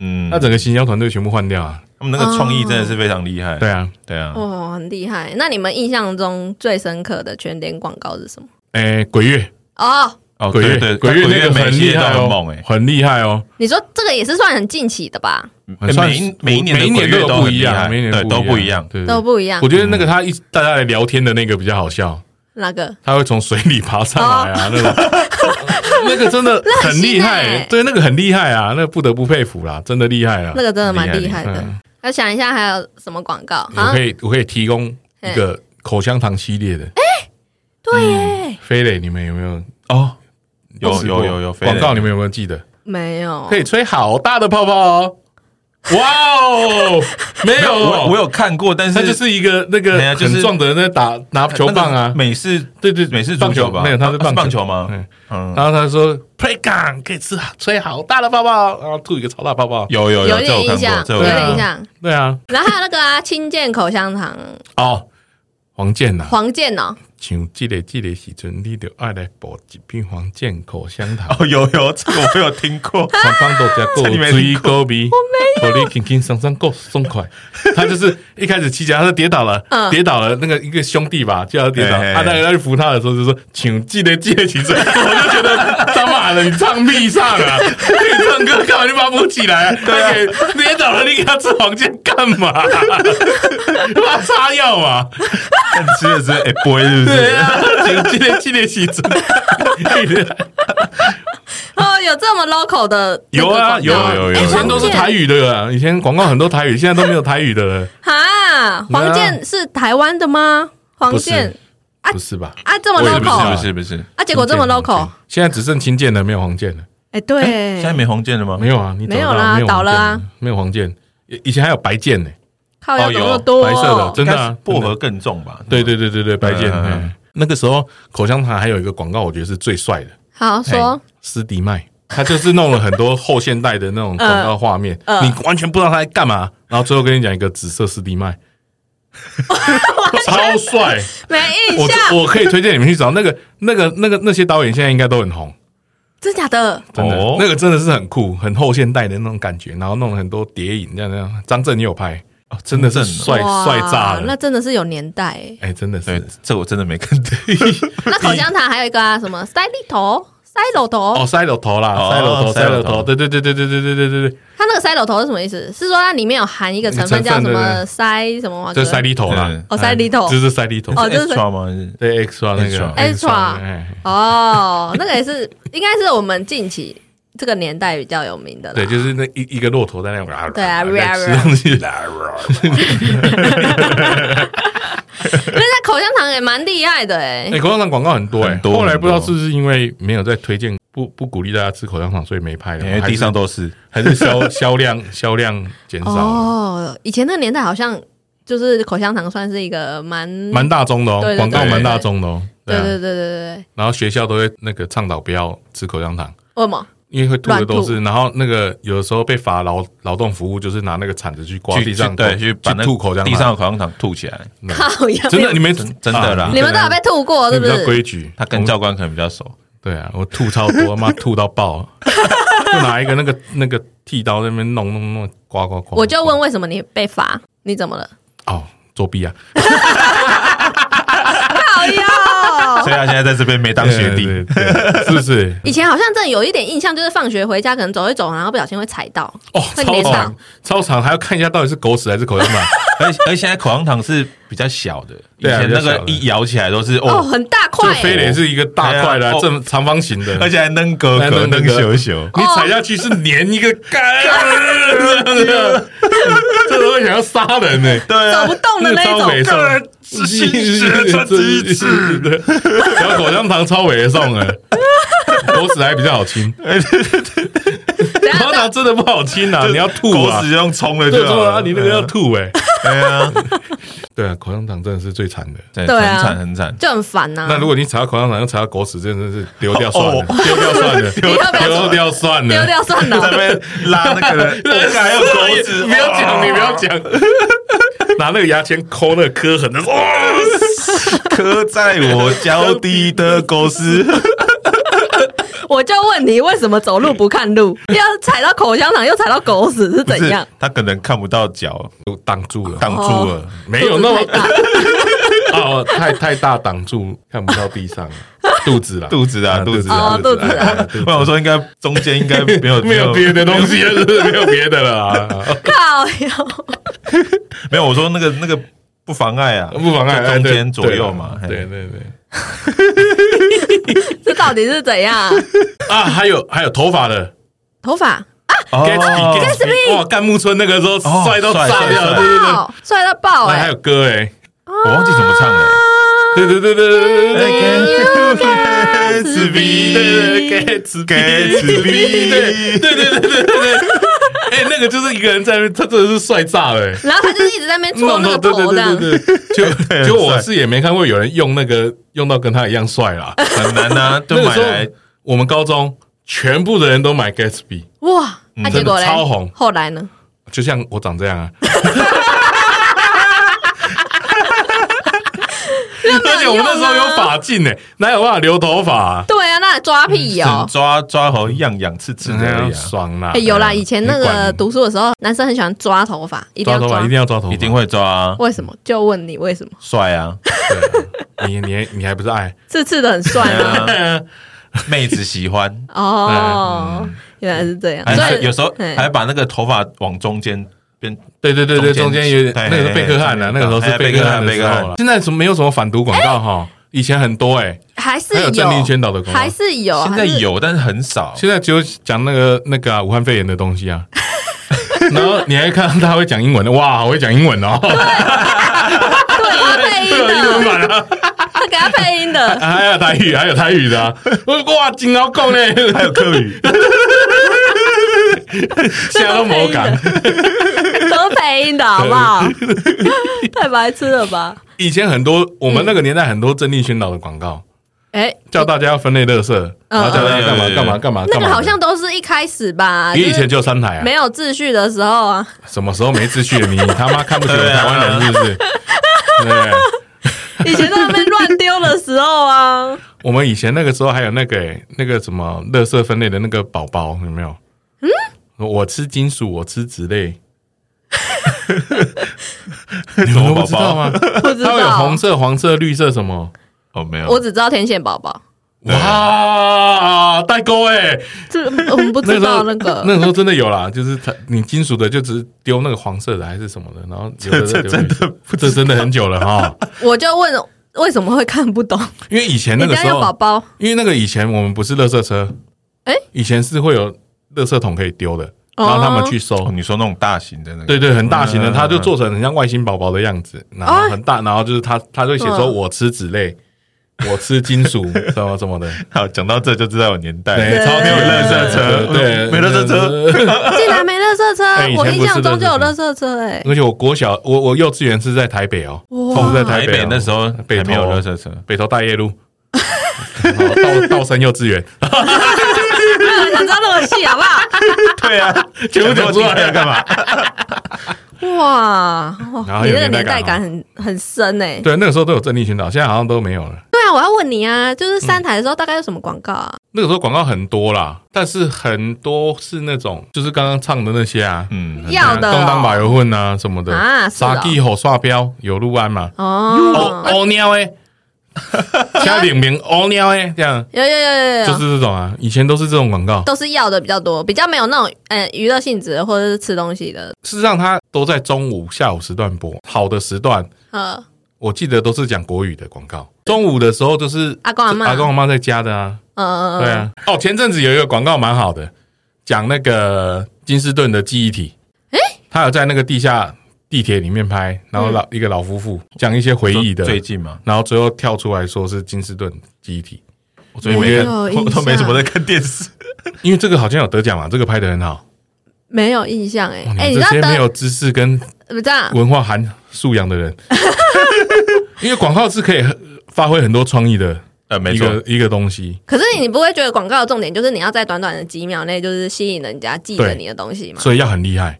嗯，
那整个行销团队全部换掉啊，
他们那个创意真的是非常厉害。
对啊，
对啊，
哇，很厉害。那你们印象中最深刻的全联广告是什么？
诶、鬼月，
哦，
哦，
鬼
对
月，
对，
鬼月那
月
个
每
很
一
厉
届都
害
很
哦
猛，哎，
很厉害哦，
你说这个也是算很近期的吧？
很
每一嗯每一年的
每一
鬼
年
月
都
都
不
很
一
厉
样，
害
每一年
对都不一样。
对，
都不一样
我。觉得那个他一大家来聊天的那个比较好笑，
那个
他会从水里爬上来啊，那 种那个真的
很
很厉害、
新欸
对，那个很厉害啊，那个不得不佩服啦，真的厉害啊
那。个真的蛮厉害
厉害厉
的
害。
要想一下还有什么广告？啊
我
好
可
像
以我可以提供一个口香糖系列的，
对耶，
飞磊，你们有没有
哦，有
吃过
有有有
广告？
飞
你
雷
们有没有记得？
没有
可以吹好大的泡泡哦，哇哦，没有
我
哦，
我有看过，但是
他就是一个那个
哎呀就是
很壮的那打拿球棒啊，
美式
对对，
美式足
棒
球吧？
没有，他是
啊
棒
棒球吗？
嗯
嗯，
然后他说 play gun 可以吃吹好大的泡泡，然后吐一个超大泡泡。
有有
有
这
点
我
印
看
象
过，，这
有
我看
点
过
印象。
对啊，
然后还有那个啊，清健口香糖，
哦，黄健呐，
黄健哦，
像这个这个时阵，你就爱来补一片黄健口香糖，，
哦，有有这个我有听过
黄棒豆加够
这你没
追
听
高鼻，我没有，轻轻松松够松快。 他就是一开始骑脚踏车跌倒了，
嗯
跌倒了，那个一个兄弟吧，就要跌倒，
嘿嘿
啊，那个他去扶他的时候就说，请记得记得起身，我就觉得他妈的，你唱屁上啊， 你唱歌干嘛就发不起来、啊？对、跌倒了，你给他吃黄健干嘛？ 他妈擦药啊！
但吃的是哎不会是不
对
是？
啊， 请记得记得起 身。
哦，有这么 local 的那
有啊
个广告哎
有啊
有有有
以前都是台语的啊，以前广告很多台语，现在都没有台语的了，
哈，黄健是台湾的吗？黄健
啊不是吧？
啊，这么
我也不知道
local
不是不是不是，
啊，结果这么
清健
local，，
现在只剩清健了，没有黄健了，
哎，
哎现在
对，
没红剑了吗？
没有啊，你找
没有
到没有黄健
啦倒了啊，
没有黄健，以以前还有白健呢，
靠要
哦
怎
有
么那么多？
白色的真的啊
应该是薄荷更重吧？
对对对对对，白健
嗯嗯嗯
哎那个时候口香糖还有一个广告，我觉得是最帅的，
好说，
斯迪麦，他就是弄了很多后现代的那种广告画面，
嗯
你完全不知道他在干嘛，然后最后跟你讲一个紫色斯迪 麦，超帅。
没印
我
象，
我可以推荐你们去找那个那个那个那些导演，现在应该都很红，
真假的？
真的、
哦
那个真的是很酷，很后现代的那种感觉，然后弄了很多谍影这样这样。张震也有拍，哦、真的是
张震哦
帅
哇
帅炸了
那，真的是有年代 欸。
哎、真的是
对，这我真的没看对。
那口香糖还有一个啊，什么塞利头、塞漏头，
哦，塞了头啦，
哦
塞了头，
塞
塞了
了头
头，对对对对对对对对对对，
它那个塞漏头是什么意思？是说它里面有含一个成
成
分叫
分
什
对对
么塞什么？
这是塞利头啦
嗯，
哦塞利头
这是塞利头，
哦这是
extra 吗？还是
对 extra 那个
Extra
Extra
哎
哦，那个 也是，应该是我们近期这个年代比较有名的啦。
对，就是那一一个骆 驼在那种啊，
对啊
在吃东西，啊
因为它口香糖也蛮厉害的哎、
哎，口香糖广告很多哎
很，多
后来不知道
很
是
多
不是因为没有在推荐，不不鼓励大家吃口香糖，所以没拍了，
因为
还
地
是
上都是。
还是销销量销量减少了，
哦，以前那个年代好像就是口香糖算是一个蛮
蛮大众的哦
对对，对
广告蛮大众的哦。
对
啊
对对对对对，
然后学校都会那个倡导不要吃口香糖，
为什么？
因为会吐的都
乱
是。然后那个有的时候被罚劳劳动服务，就是拿那个铲子去刮
去
地上，
去对，
去
去把那
吐口香糖。
地上的口香糖吐起来。
靠呀！
真的，你们
真真的啦
你们都有被吐过是
你
不
比较
是？
规矩，
他跟教官可能比较熟，
对啊，我吐超多，妈吐到爆， 就拿一个那个那个剃刀在那边弄弄弄，刮刮刮。
我就问为什么你被罚？你怎么了？
哦，作弊啊，
靠呀！
所以他现在在这边没当学弟。
对，对对 是不是？
以前好像真的有一点印象，就是放学回家可能走一走，然后不小心会踩到，
哦，
会
超
粘到
长，超长，还要看一下到底是狗屎还是口香 糖。
而而现在口香糖是比较小的，以
对啊
前那个
比较小的
一咬起来都是
哦，
哦，
很大
这
块、
个飞
欸，
雷是一个大块的啊
哎呀，哦
正长方形的，
而且还能格
还
格
扔格
能
格
修修。
你
哦
踩下去是粘一个 干，
啊
这都会想要杀人欸呢。
对
走
啊
不，动的那
超
种。
猥
干
琐，
是新学穿第一次
的，然后口香糖超猥琐的，狗屎还比较好亲，
等一
口
下
香糖真的不好亲啊，你要吐
狗
啊，
屎用冲的
对
就好
对
了
啊，你那个要吐 哎，
对啊，
对啊，口香糖真的是最惨的。
对，
对啊
很惨很惨。
就很烦呐、
那如果你踩到口香糖又踩到狗屎，真的是丢掉算了
哦，
丢掉算了，
你要不要
丢掉算了，
丢掉算
在那
了。
边拉 那个人，我还有狗屎，
不要哦讲，你不要 讲，拿那个牙签抠那个磕痕的，哇
刻在我脚底的狗屎。
我就问你，为什么走路不看路？要踩到口香糖，又踩到狗屎，是
不
怎
是
样？
他可能看不到脚，
都挡住了，
挡住
哦
了。
没哎有那
肚
么
子太大
哦，太太大挡住，看不到地 上，肚子啦，
肚子啊，肚子
哦
啊，
肚子啊
啊
不然我说应该中间 应该没有
没有别的东西了，是不是没有别的了啊，
靠哟！
没有，我说那个那个不妨碍啊，
不妨碍哎
就 中间左右嘛。嘿
对，对对
这到底是怎样？
啊，还有还有头发的
头发
哦
Gatsby Gatsby，哇，干木村那个时候
哦
帅到
帅
炸
帅
掉
帅
了，
对
爆，帅到爆
那还
哎、啊
有哎歌哎，
我忘记怎么唱了。
对对对对对对对
哎
对。对对
Gatsby，
对，Gatsby，对对对对对对对，哎，那个就是一个人在那边，他真的是帅炸了。哎
然后他就是一直在那边搓那
No, no,
个
对对
头这样，
对对对，就
很
就我
帅
是也没看过有人用那个用到跟他一样帅啦。
很难呐，就
那个
买
时候
来
我们高中全部的人都买 Gatsby，
哇！那结果
嗯
嘞
真的超红，
后来呢？
就像我长这 样啊。 而且我们那时候有发髻呢，哪有办法留头发啊？
对啊，那抓屁哦
嗯
只！抓抓头痒痒刺刺的而已啊，
爽啦
哎，！有
嗯
啦，以前那
你
个
管
读书的时候，男生很喜欢抓头发，一定
抓
要
头发
抓
一。定要抓头发，
一定会抓啊，
为什么？就问你为什么？
帅啊，
对啊。你你你还不是 爱？
刺刺的很帅
对
吗，
啊？ 妹子喜欢
啊
哦，原来是这样，
还
所以哎
有时候
嘿
还把那个头发往中间变，
对对对对，中
中间
间有点
对
那个是贝克汉啊，那
对
个时候是
哎
贝
贝
克
克
汉
汉
的时
贝克
候了
汉。
现在怎么没有什么反毒广告哈？以前很多哎，
还是
还有正面宣导的广告
还是有，
现
哦
在
还是
有但是很 少，
现在只有讲那个那个啊武汉肺炎的东西啊。 然后你还看到他会讲英文的，哇，好会讲英文哦，
对啊要 配音
英文
的，
版啊，
他给他配音的，
还有台语，还有台语的、啊，哇，金鳌贡嘞，
还有客语，
现在都没敢。
都配音的好 不好？太白痴了吧？
以前很多我们那个年代很多正义宣导的广告，
哎，
叫大家要分类垃圾，然后叫大家
嗯
干嘛干嘛干嘛
嗯那
干嘛
个
的。
好像都是一开始吧，
你以
就是
前就有三台啊
没，有秩序的时候啊，
什么时候没秩序了？ 你他妈看不起我们台湾人是不是？对，
以前在那边乱丢的时候 啊，
我们以前那个时候还有那个、欸、那个什么垃圾分类的那个宝宝，有没有？嗯，我吃金属，我吃纸 类。你们都不知道吗？
不知
它会有
道啊
红，色、黄色、绿色什么？
哦没
我
有，
只知道天线宝宝，
对
哇，代沟哎、
这我们不
那
知
时候
道那个。
那时候真的有啦，就是它你金属的就只是丢那个黄色的还是什么的，然后有的
这
就丢
真
绿色
的不
这真的很久了哈，
我就问为什么会看不懂？
因为以前那
人
个
家
时
有宝
候，
宝，
因为那个以前我们不是垃圾车，
欸
以前是会有垃圾桶可以丢的，
哦
然后他们去收
哦，你说那种大型的那个，
对对，很大型的，
嗯
它就做成很像外星宝宝的样子，然后
哦
很大，然后就是它，它就写说
嗯
我吃纸类，我吃金 属，什么什么的，
好，讲到这就知道有年代
对，
了，
超
超
没
没
有
有
垃圾
垃圾
车，
车
对，
没垃圾
车。
竟然没垃圾
哎以前
车，我
不是
印象中就有
垃
垃圾车哎，
而且我国小，我我幼稚园是在台北哦，
哇
是在
台
北
北啊
哦
那时候
北
还没有
投
垃圾车，
北投大业 路，然后道道生幼稚园，
想知道那么细好不好？
对啊，
全部讲出来
要干嘛？
哇，
然
哇
后
你
有
那个
年
年
代
代
感啊
感很很深哎。
对，那个时候都有正立群岛，现在好像都没有了。
对啊，我要问你啊，就是
嗯
三台的时候大概有什么广告啊？
那个时候广告很多啦，但是很多是那种就是刚刚唱的那些啊，
嗯，
要的哦
东当马油混啊什么的
啊是哦
傻鸡吼刷标有路安嘛，哦
哦，
哦鸟 诶，加领名哦鸟诶，这样
有有有有有，
就是这种啊，以前都是这种广告，
都是要的比较多，比较没有那种呃娱乐性质的或者是吃东西的。
事实上它都在中午下午时段播，好的时段
呃，
我记得都是讲国语的广告，中午的时候就是
阿公阿嬷
阿公阿妈在家的啊，
呃，
对啊，哦前阵子有一个广告蛮好的，讲那个金士顿的记忆体，诶，他有在那个地下地铁里面拍，然后
嗯
老一个老夫妇讲一些回忆的，
最近嘛，
然后最后跳出来说是金士顿记忆体，
我最近没看，
我有
我
印
都没什么在
象
看电视。
因为这个好像有得奖嘛，这个拍的很好。
没有印象哎、
哇
哎、
哦你们
你知道
这些没
得
有知识跟
不知
啊
道啊
文化含素养的 人，因为广告是可以发挥很多创意的
呃，没
一
错，
个一个东西。
可是你不会觉得广告的重点就是你要在短短的几秒内就是吸引人家记
对
着你的东西吗？
所以要很厉害，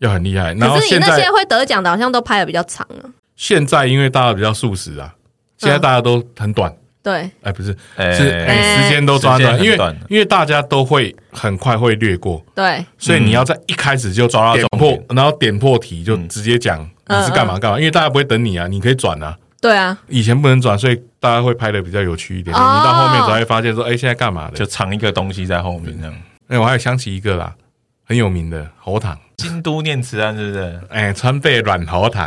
要很厉害。然后
可是你
现
那些
在
会得奖的，好像都拍的比较长啊。
现在因为大家比较素食啊，现在大家都很短，
对，
哎，不是
嗯哎
是哎
哎
时间都抓短，
时间很
因为
短
因为大家都会很快会略过，
对，
所以你要在一开始就抓到点
重
破，然后点破题就直接讲你是干嘛干嘛，因为大家不会等你啊，你可以转啊。
对啊，
以前不能转，所以大家会拍的比较有趣一点。
哦
你到后面才会发现说，哎，现在干嘛的
就？藏一个东西在后面这样。
哎，我还有想起一个啦，很有名的喉糖，
京都念慈庵是不是？
哎，川贝软喉糖，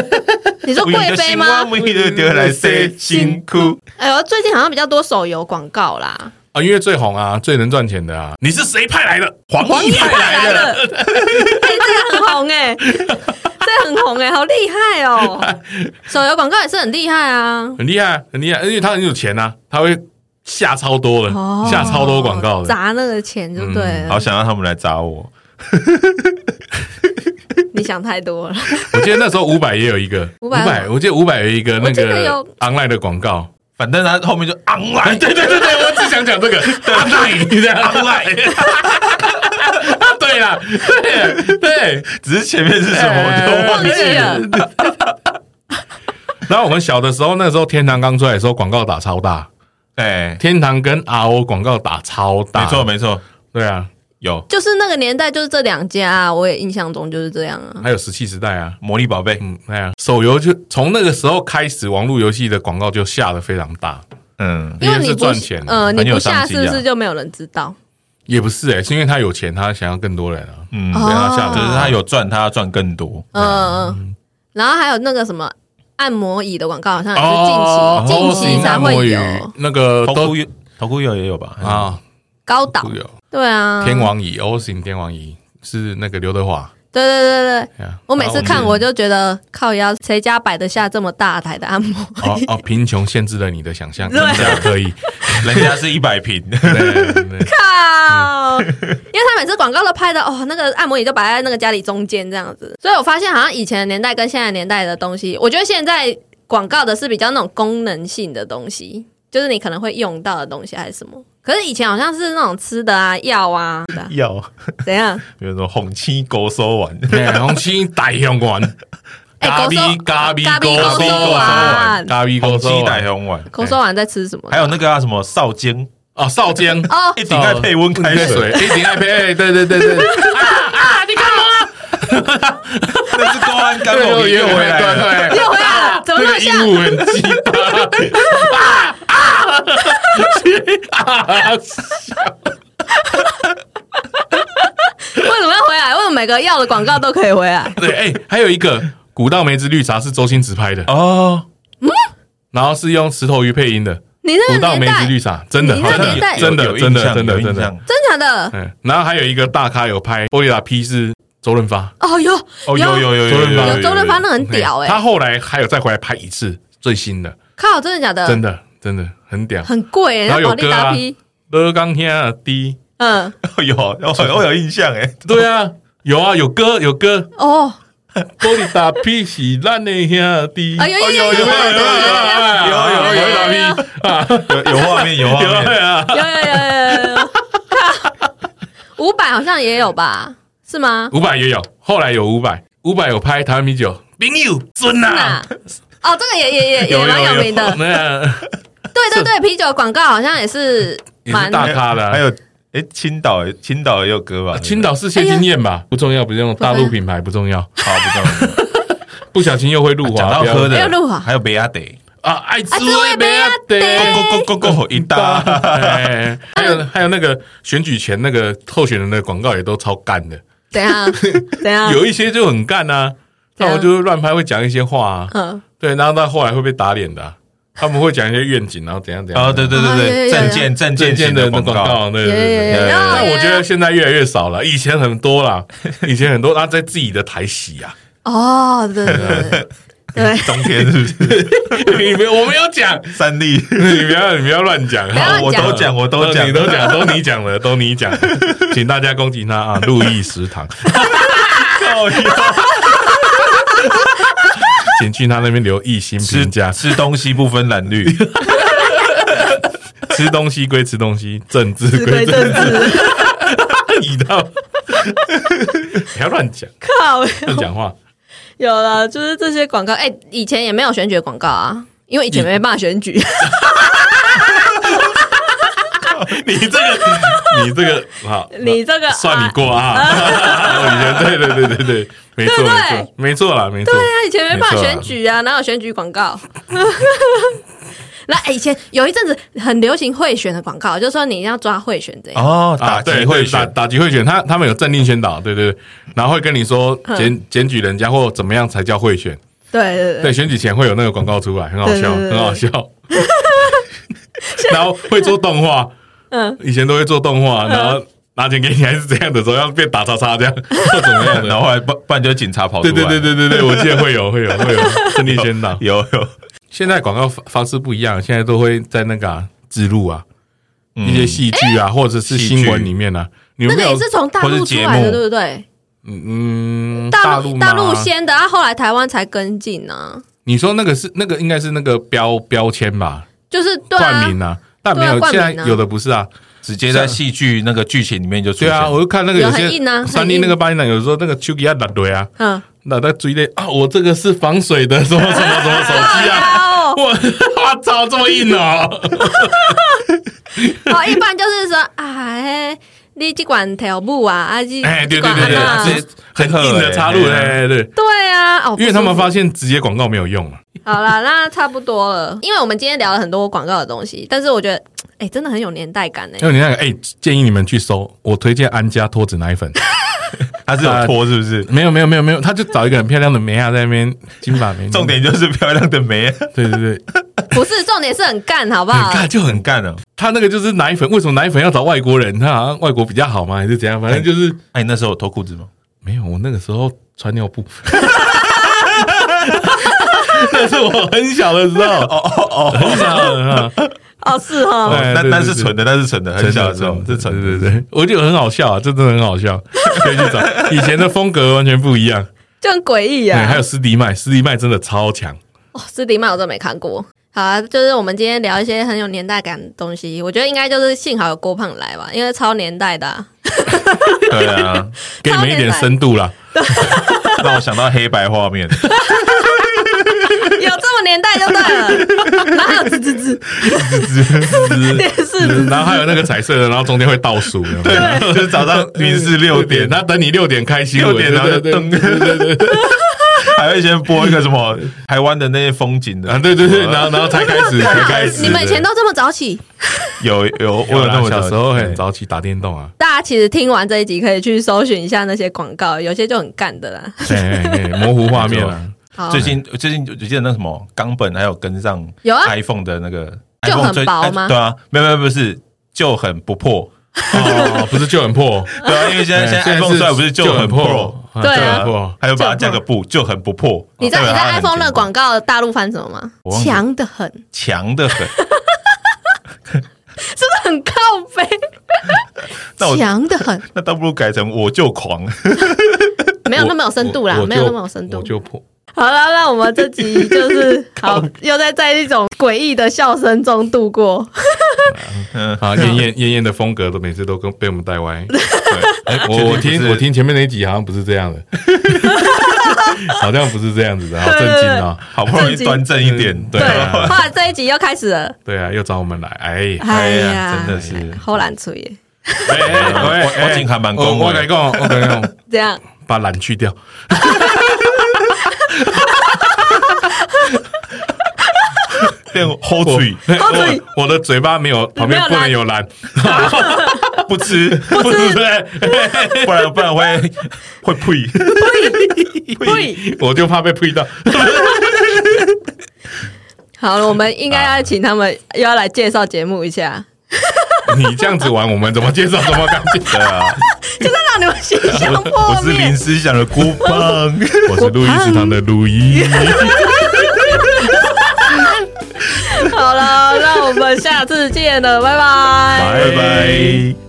你说贵妃吗？
不就丢来塞辛苦。
哎呦，最近好像比较多手游广告啦。
啊，因为最红啊，最能赚钱的啊！你是谁派来的？黄奕派来的。
了，哎、这个很 红哎、这个很红哎、好厉害哦！手游广告也是很厉害啊，
很厉害，很厉害，因为他很有钱啊，他会下超多的，
哦，
下超多广告的。嗯
砸那个钱就对了。
嗯好想让他们来找我，
你想太多了。
我记得那时候五百也有一个，
500
我记得五百有一个那
我记得
个
有
online 的广告。
反正他后面就 online，
对对对对，我只想讲 这个啊 online 这样 online。对啦，对对，
只是前面是什么我就忘
忘
记
记
了。
了，
然后我们小的时候，那时候天堂刚出来的时候，广告打超大，
哎，
天堂跟 RO 广告打超大，
没错，没错，
对啊，
有
就是那个年代就是这两家啊，我也印象中就是这样啊。
还有石器时代啊，
魔力宝贝，
嗯，对啊，手游就从那个时候开始，网络游戏的广告就下的非常大，
嗯，
因为你
是
不
赚钱啊
呃，
很有
你不
商
下
机
是不
啊
是就没有人知道？
也不是哎、是因为他有钱，他想要更多人啊，
嗯，
哦
对他下，就是他有赚，他要赚更多。
嗯嗯嗯。然后还有那个什么按摩椅的广告，好像啊也是近期近期才会有
哦
哦
那个
头
都
骨有，头骨有也有吧？啊，
啊，
高岛
都，有
对啊，
天，王椅 O 型天王椅是那个刘德华，
对对对对。
对啊
我每次看
然后
我就觉得靠腰，谁家摆得下这么大台的按摩？
哦哦，贫穷限制了你的想象，
对
人家可以，
人家是一百 平，
对对
靠！因为他每次广告都拍的哦，那个按摩椅就摆在那个家里中间这样子，所以我发现好像以前的年代跟现在的年代的东西，我觉得现在广告的是比较那种功能性的东西，就是你可能会用到的东西还是什么。可是以前好像是那种吃的啊、药啊，是的
要
怎样？
比如说红七狗收 完，
对，红星大雄丸，
哎
咖
狗手
喱咖喱
咖喱
狗
狗
手
手
丸，
丸
咖喱
红
狗
七
手
大
丸，
雄丸，
口说完在吃什么？
还有那个啊什么少坚，
哦，少坚。
哦
一哎顶爱配温开水，，
一定爱配，哎对对对对，
那是公安干
对
口
对
皮又回来了。
对对，
又回来了，怎么
这
那
个
么
鹦
像？
鹉很鸡巴，啊啊！
为什么要回来？为什么每个药的广告都可以回来？
对，哎，还有一个古道梅子绿茶是周星驰拍的，
哦，
然后是用石头鱼配音的。
你那
古
个
道
年
梅子
代
绿茶，真的，
你
好
那
像
个年代
真的
有
真的
印象
真的
有印
真的
象。
真假的？
嗯，然后还有一个大咖有拍《玻璃塔 P》是周润发，
哦，有
哦，有有有有
有周润发那个很屌哎、
他后来还有再回来拍一次最新的，
靠，真的假的？
真的真的很屌。
很贵耶，
然后
那
有
保利
歌啊
达 P，
乐刚天啊，低，
嗯，
有有我有印象哎，
对啊，有啊，有歌有歌，
哦，
玻璃塔 P 是烂的兄弟，
啊有有有有有
有有
有有
有有有有啊，
有有画面 有画
有
面，
啊，
有有有有有，五百好像也有吧？是吗？
五百也有，后来有五百，五百有拍台湾米酒，朋友尊
那
呐，
哦，这个也也也也蛮有名的，
那
对对对，啤酒广告好像也是
也是
蛮
大咖的啊，啊
还有哎，青岛青岛也有歌吧？
青岛是谢金燕吧？不重要，不重要，大陆品牌不重要，
好不 重
不小心又会入
要。讲
华
到
标
喝
不要
的
录啊，
还有贝亚得，
啊，爱滋
滋味
没
没
啊
啊
得
得。
go go go go 一大，
哎还有还有那个选举前那个候选人的广告也都超干的，
怎样怎样？
有一些就很干啊，那
对啊
我就是乱拍会讲一些话啊，
嗯，
对，然后到后来会被打脸的啊，他们会讲一些愿景，然后怎样怎样，
哦对对对对，证件证
证
件
件
型
的那
的广
广
告，
告，对
有
对
有
对对。
有有，
但
有
我觉得
有
现在越来越少了，以前很多啦，以前很多，他在自己的台洗啊，
哦，对对对对对，
冬天是不是？
你没有，我没有讲，
三 立，
你不要，你不要乱讲，
不要
好
乱
我都讲我都讲
你，都讲， 都你讲了，都你讲了，请大家攻击他啊！路易食堂，
靠腰
请去他那边留一星
吃
评价。
吃东西不 分蓝绿，
吃东西归吃东西，政治
自
归
归
政
正
治。
治，
你到， 不要乱讲，
靠！
乱讲话。
有了，就是这些广告，哎、以前也没有选举的广告啊，因为以前没办法选举，
你这个，你这个，好，
你这个
算你过啊！ 我以前对对对对对，没错没
对不对
错没错啦，没错
对。啊，以前没
没
办法
错啊
选举啊，哪有选举广告？ 那、哎以前有一阵子很流行贿选的广告，就说你一定要抓贿选这样。
啊
哦，打
对
击会
对打
选，
打击贿选，他他们有政令宣导，对对对，然后会跟你说检检举人家或怎么样才叫贿选，
对对对，
对，选举前会有那个广告出来，很好笑，
对对对
很好笑。 然后会做动画，
嗯，
以前都会做动画，然后拿钱给你还是怎样的时候要被打叉叉这样，或怎么样
然
的。
后后来不不然就是警察跑出
对
来，
对对对对对， 我记得会有会有会有胜利宣导。
有有
现在广告方方式不一样，现在都会在那个啊、字录啊，一些戏剧啊，或者是
嗯戏剧
新闻里面啊，你
那
们
个
没
也
有
是从大
或者
陆出
节
来的，
目
对不对？
嗯，
大
陆
陆
吗
大陆，先的，啊，后来台湾才跟进啊呢、
你说那个是那个应该是那个标标签吧，
就是对
冠
啊，
名啊，但没有
对啊，冠
现
名啊
在有的不是啊，
直接在戏剧那个剧情里面就出
对
现。
啊，我就看那个
有
些
很硬啊很
三 D
硬
那个巴厘岛，有时候那个 c h u k i 啊打堆啊，
嗯，
那在追的啊，我这个是防水的什么什么什么手机啊，
哦，
我我操，这么硬 哦，
哦，一般就是说，哎，你这管跳舞啊，啊，这
哎，对对
这
对对，
管啊
啊
对
直接很硬的插入，
对啊
哎对，
对啊，哦，
因为他们
不舒服
发现直接广告没有用啊，
好啦，那差不多了，因为我们今天聊了很多广告的东西，但是我觉得，哎，真的很有年代感哎
因，为你那个哎，建议你们去搜，我推荐安家脱脂奶粉。
它是有拖是不是？
没有没有没有没有，他就找一个很漂亮的梅亚在那边金发美女，
重点就是漂亮的眉，
对对对，
不是重点是很干，好不好
很？干就很干哦。
他那个就是奶粉，为什么奶粉要找外国人？他好像外国比较好吗？还是怎样？反正就是
哎，你那时候有脱裤子吗？
没有，我那个时候穿尿布。那是我很小的时候，哦哦哦，很小的时候，
哦，是哦，
哎
那
对
那
对
是
对
蠢的，那是蠢的，很小的时候
这
是蠢的。
对对对，我觉得很好笑啊，这真的很好笑，可以去找。以前的风格完全不一样，
就很诡异
对，
啊。
还有斯迪麦，斯迪麦真的超强，
哦，斯迪曼我真没看过。好啊，就是我们今天聊一些很有年代感的东西，我觉得应该就是幸好有郭胖来吧，因为超年代的 啊、
对啊，
给你们一点深度啦。
让我想到黑白画面，
有这么年代就对了。然后还有吱吱吱电视，
然后还有那个彩色的，然后中间会倒数， 对，
对， 就是早上
于
凌
是
晨
六
六
点，
点，
他等你六点开新闻，
6点然后就
对对
噔
对对对对对
还会先播一个什 么台湾的那些风景的
啊，对对对，然后然后才开 始才开始。
你们以前都这么早起？
有有，我
我有
有
那
那
么
么嗯
小时候很早起打电动啊，
大家其实听完这一集可以去搜寻一下那些广告，有些就很干的啦。
哎哎哎模糊画面啊，
好，
最近最近我记得那什么冈本还有跟上
有啊
iPhone 的那个
就
iPhone
很
最
薄
哎
吗
对啊，没有没有不是就很不破，
哦，不是就很破，
对啊，因为 现在
哎
现在 iPhone 出来不是就很破，，
旧
对啊
旧很破，
还有把它加个不就很不破。
你知道
对
你
啊
在
它很
iPhone
坚
的
固
广告大陆翻什么吗
我？忘记
强的很，是
强 的很，
不是很靠背？
那我
强的很，
那倒不如改成我就狂，
没有那么有深度啦
我，我
没有
就
那么有深度
我。就破。
好了，那我们这集就是好，又在在一种诡异的笑声中度过。
嗯，
啊，燕燕燕燕的风格都每次都跟被我们带歪。 哎，
确
我
定
我
不
听
是
我听前面那一集好像不是这样的， 好像不是这样子的，好
对
震
对
惊啊！
好不容易端 正一点，
对
对
啊
啊，
后来这一集又开始了，
对啊，又找我们来，哎，
哎呀真的是
后懒出耶，
哎哎
我我进还蛮恭维
我我跟你讲，我跟你 讲，
这样
把懒去掉，
变 hold
我
嘴
我
嘴
我的嘴巴没有旁边不能有懒，
不吃，
不是 对，
不然不然会会呸。
会。
我就怕被呸到。
好了，我们应该要请他们又要来介绍节目一下，
你这样子玩，我们怎么介绍？怎么感觉？
对啊，
就是让你们形象
我
破
是临
灭。
时想的孤棒，
我是路易食堂的路易，
好了，那我们下次见了，拜拜。
拜拜。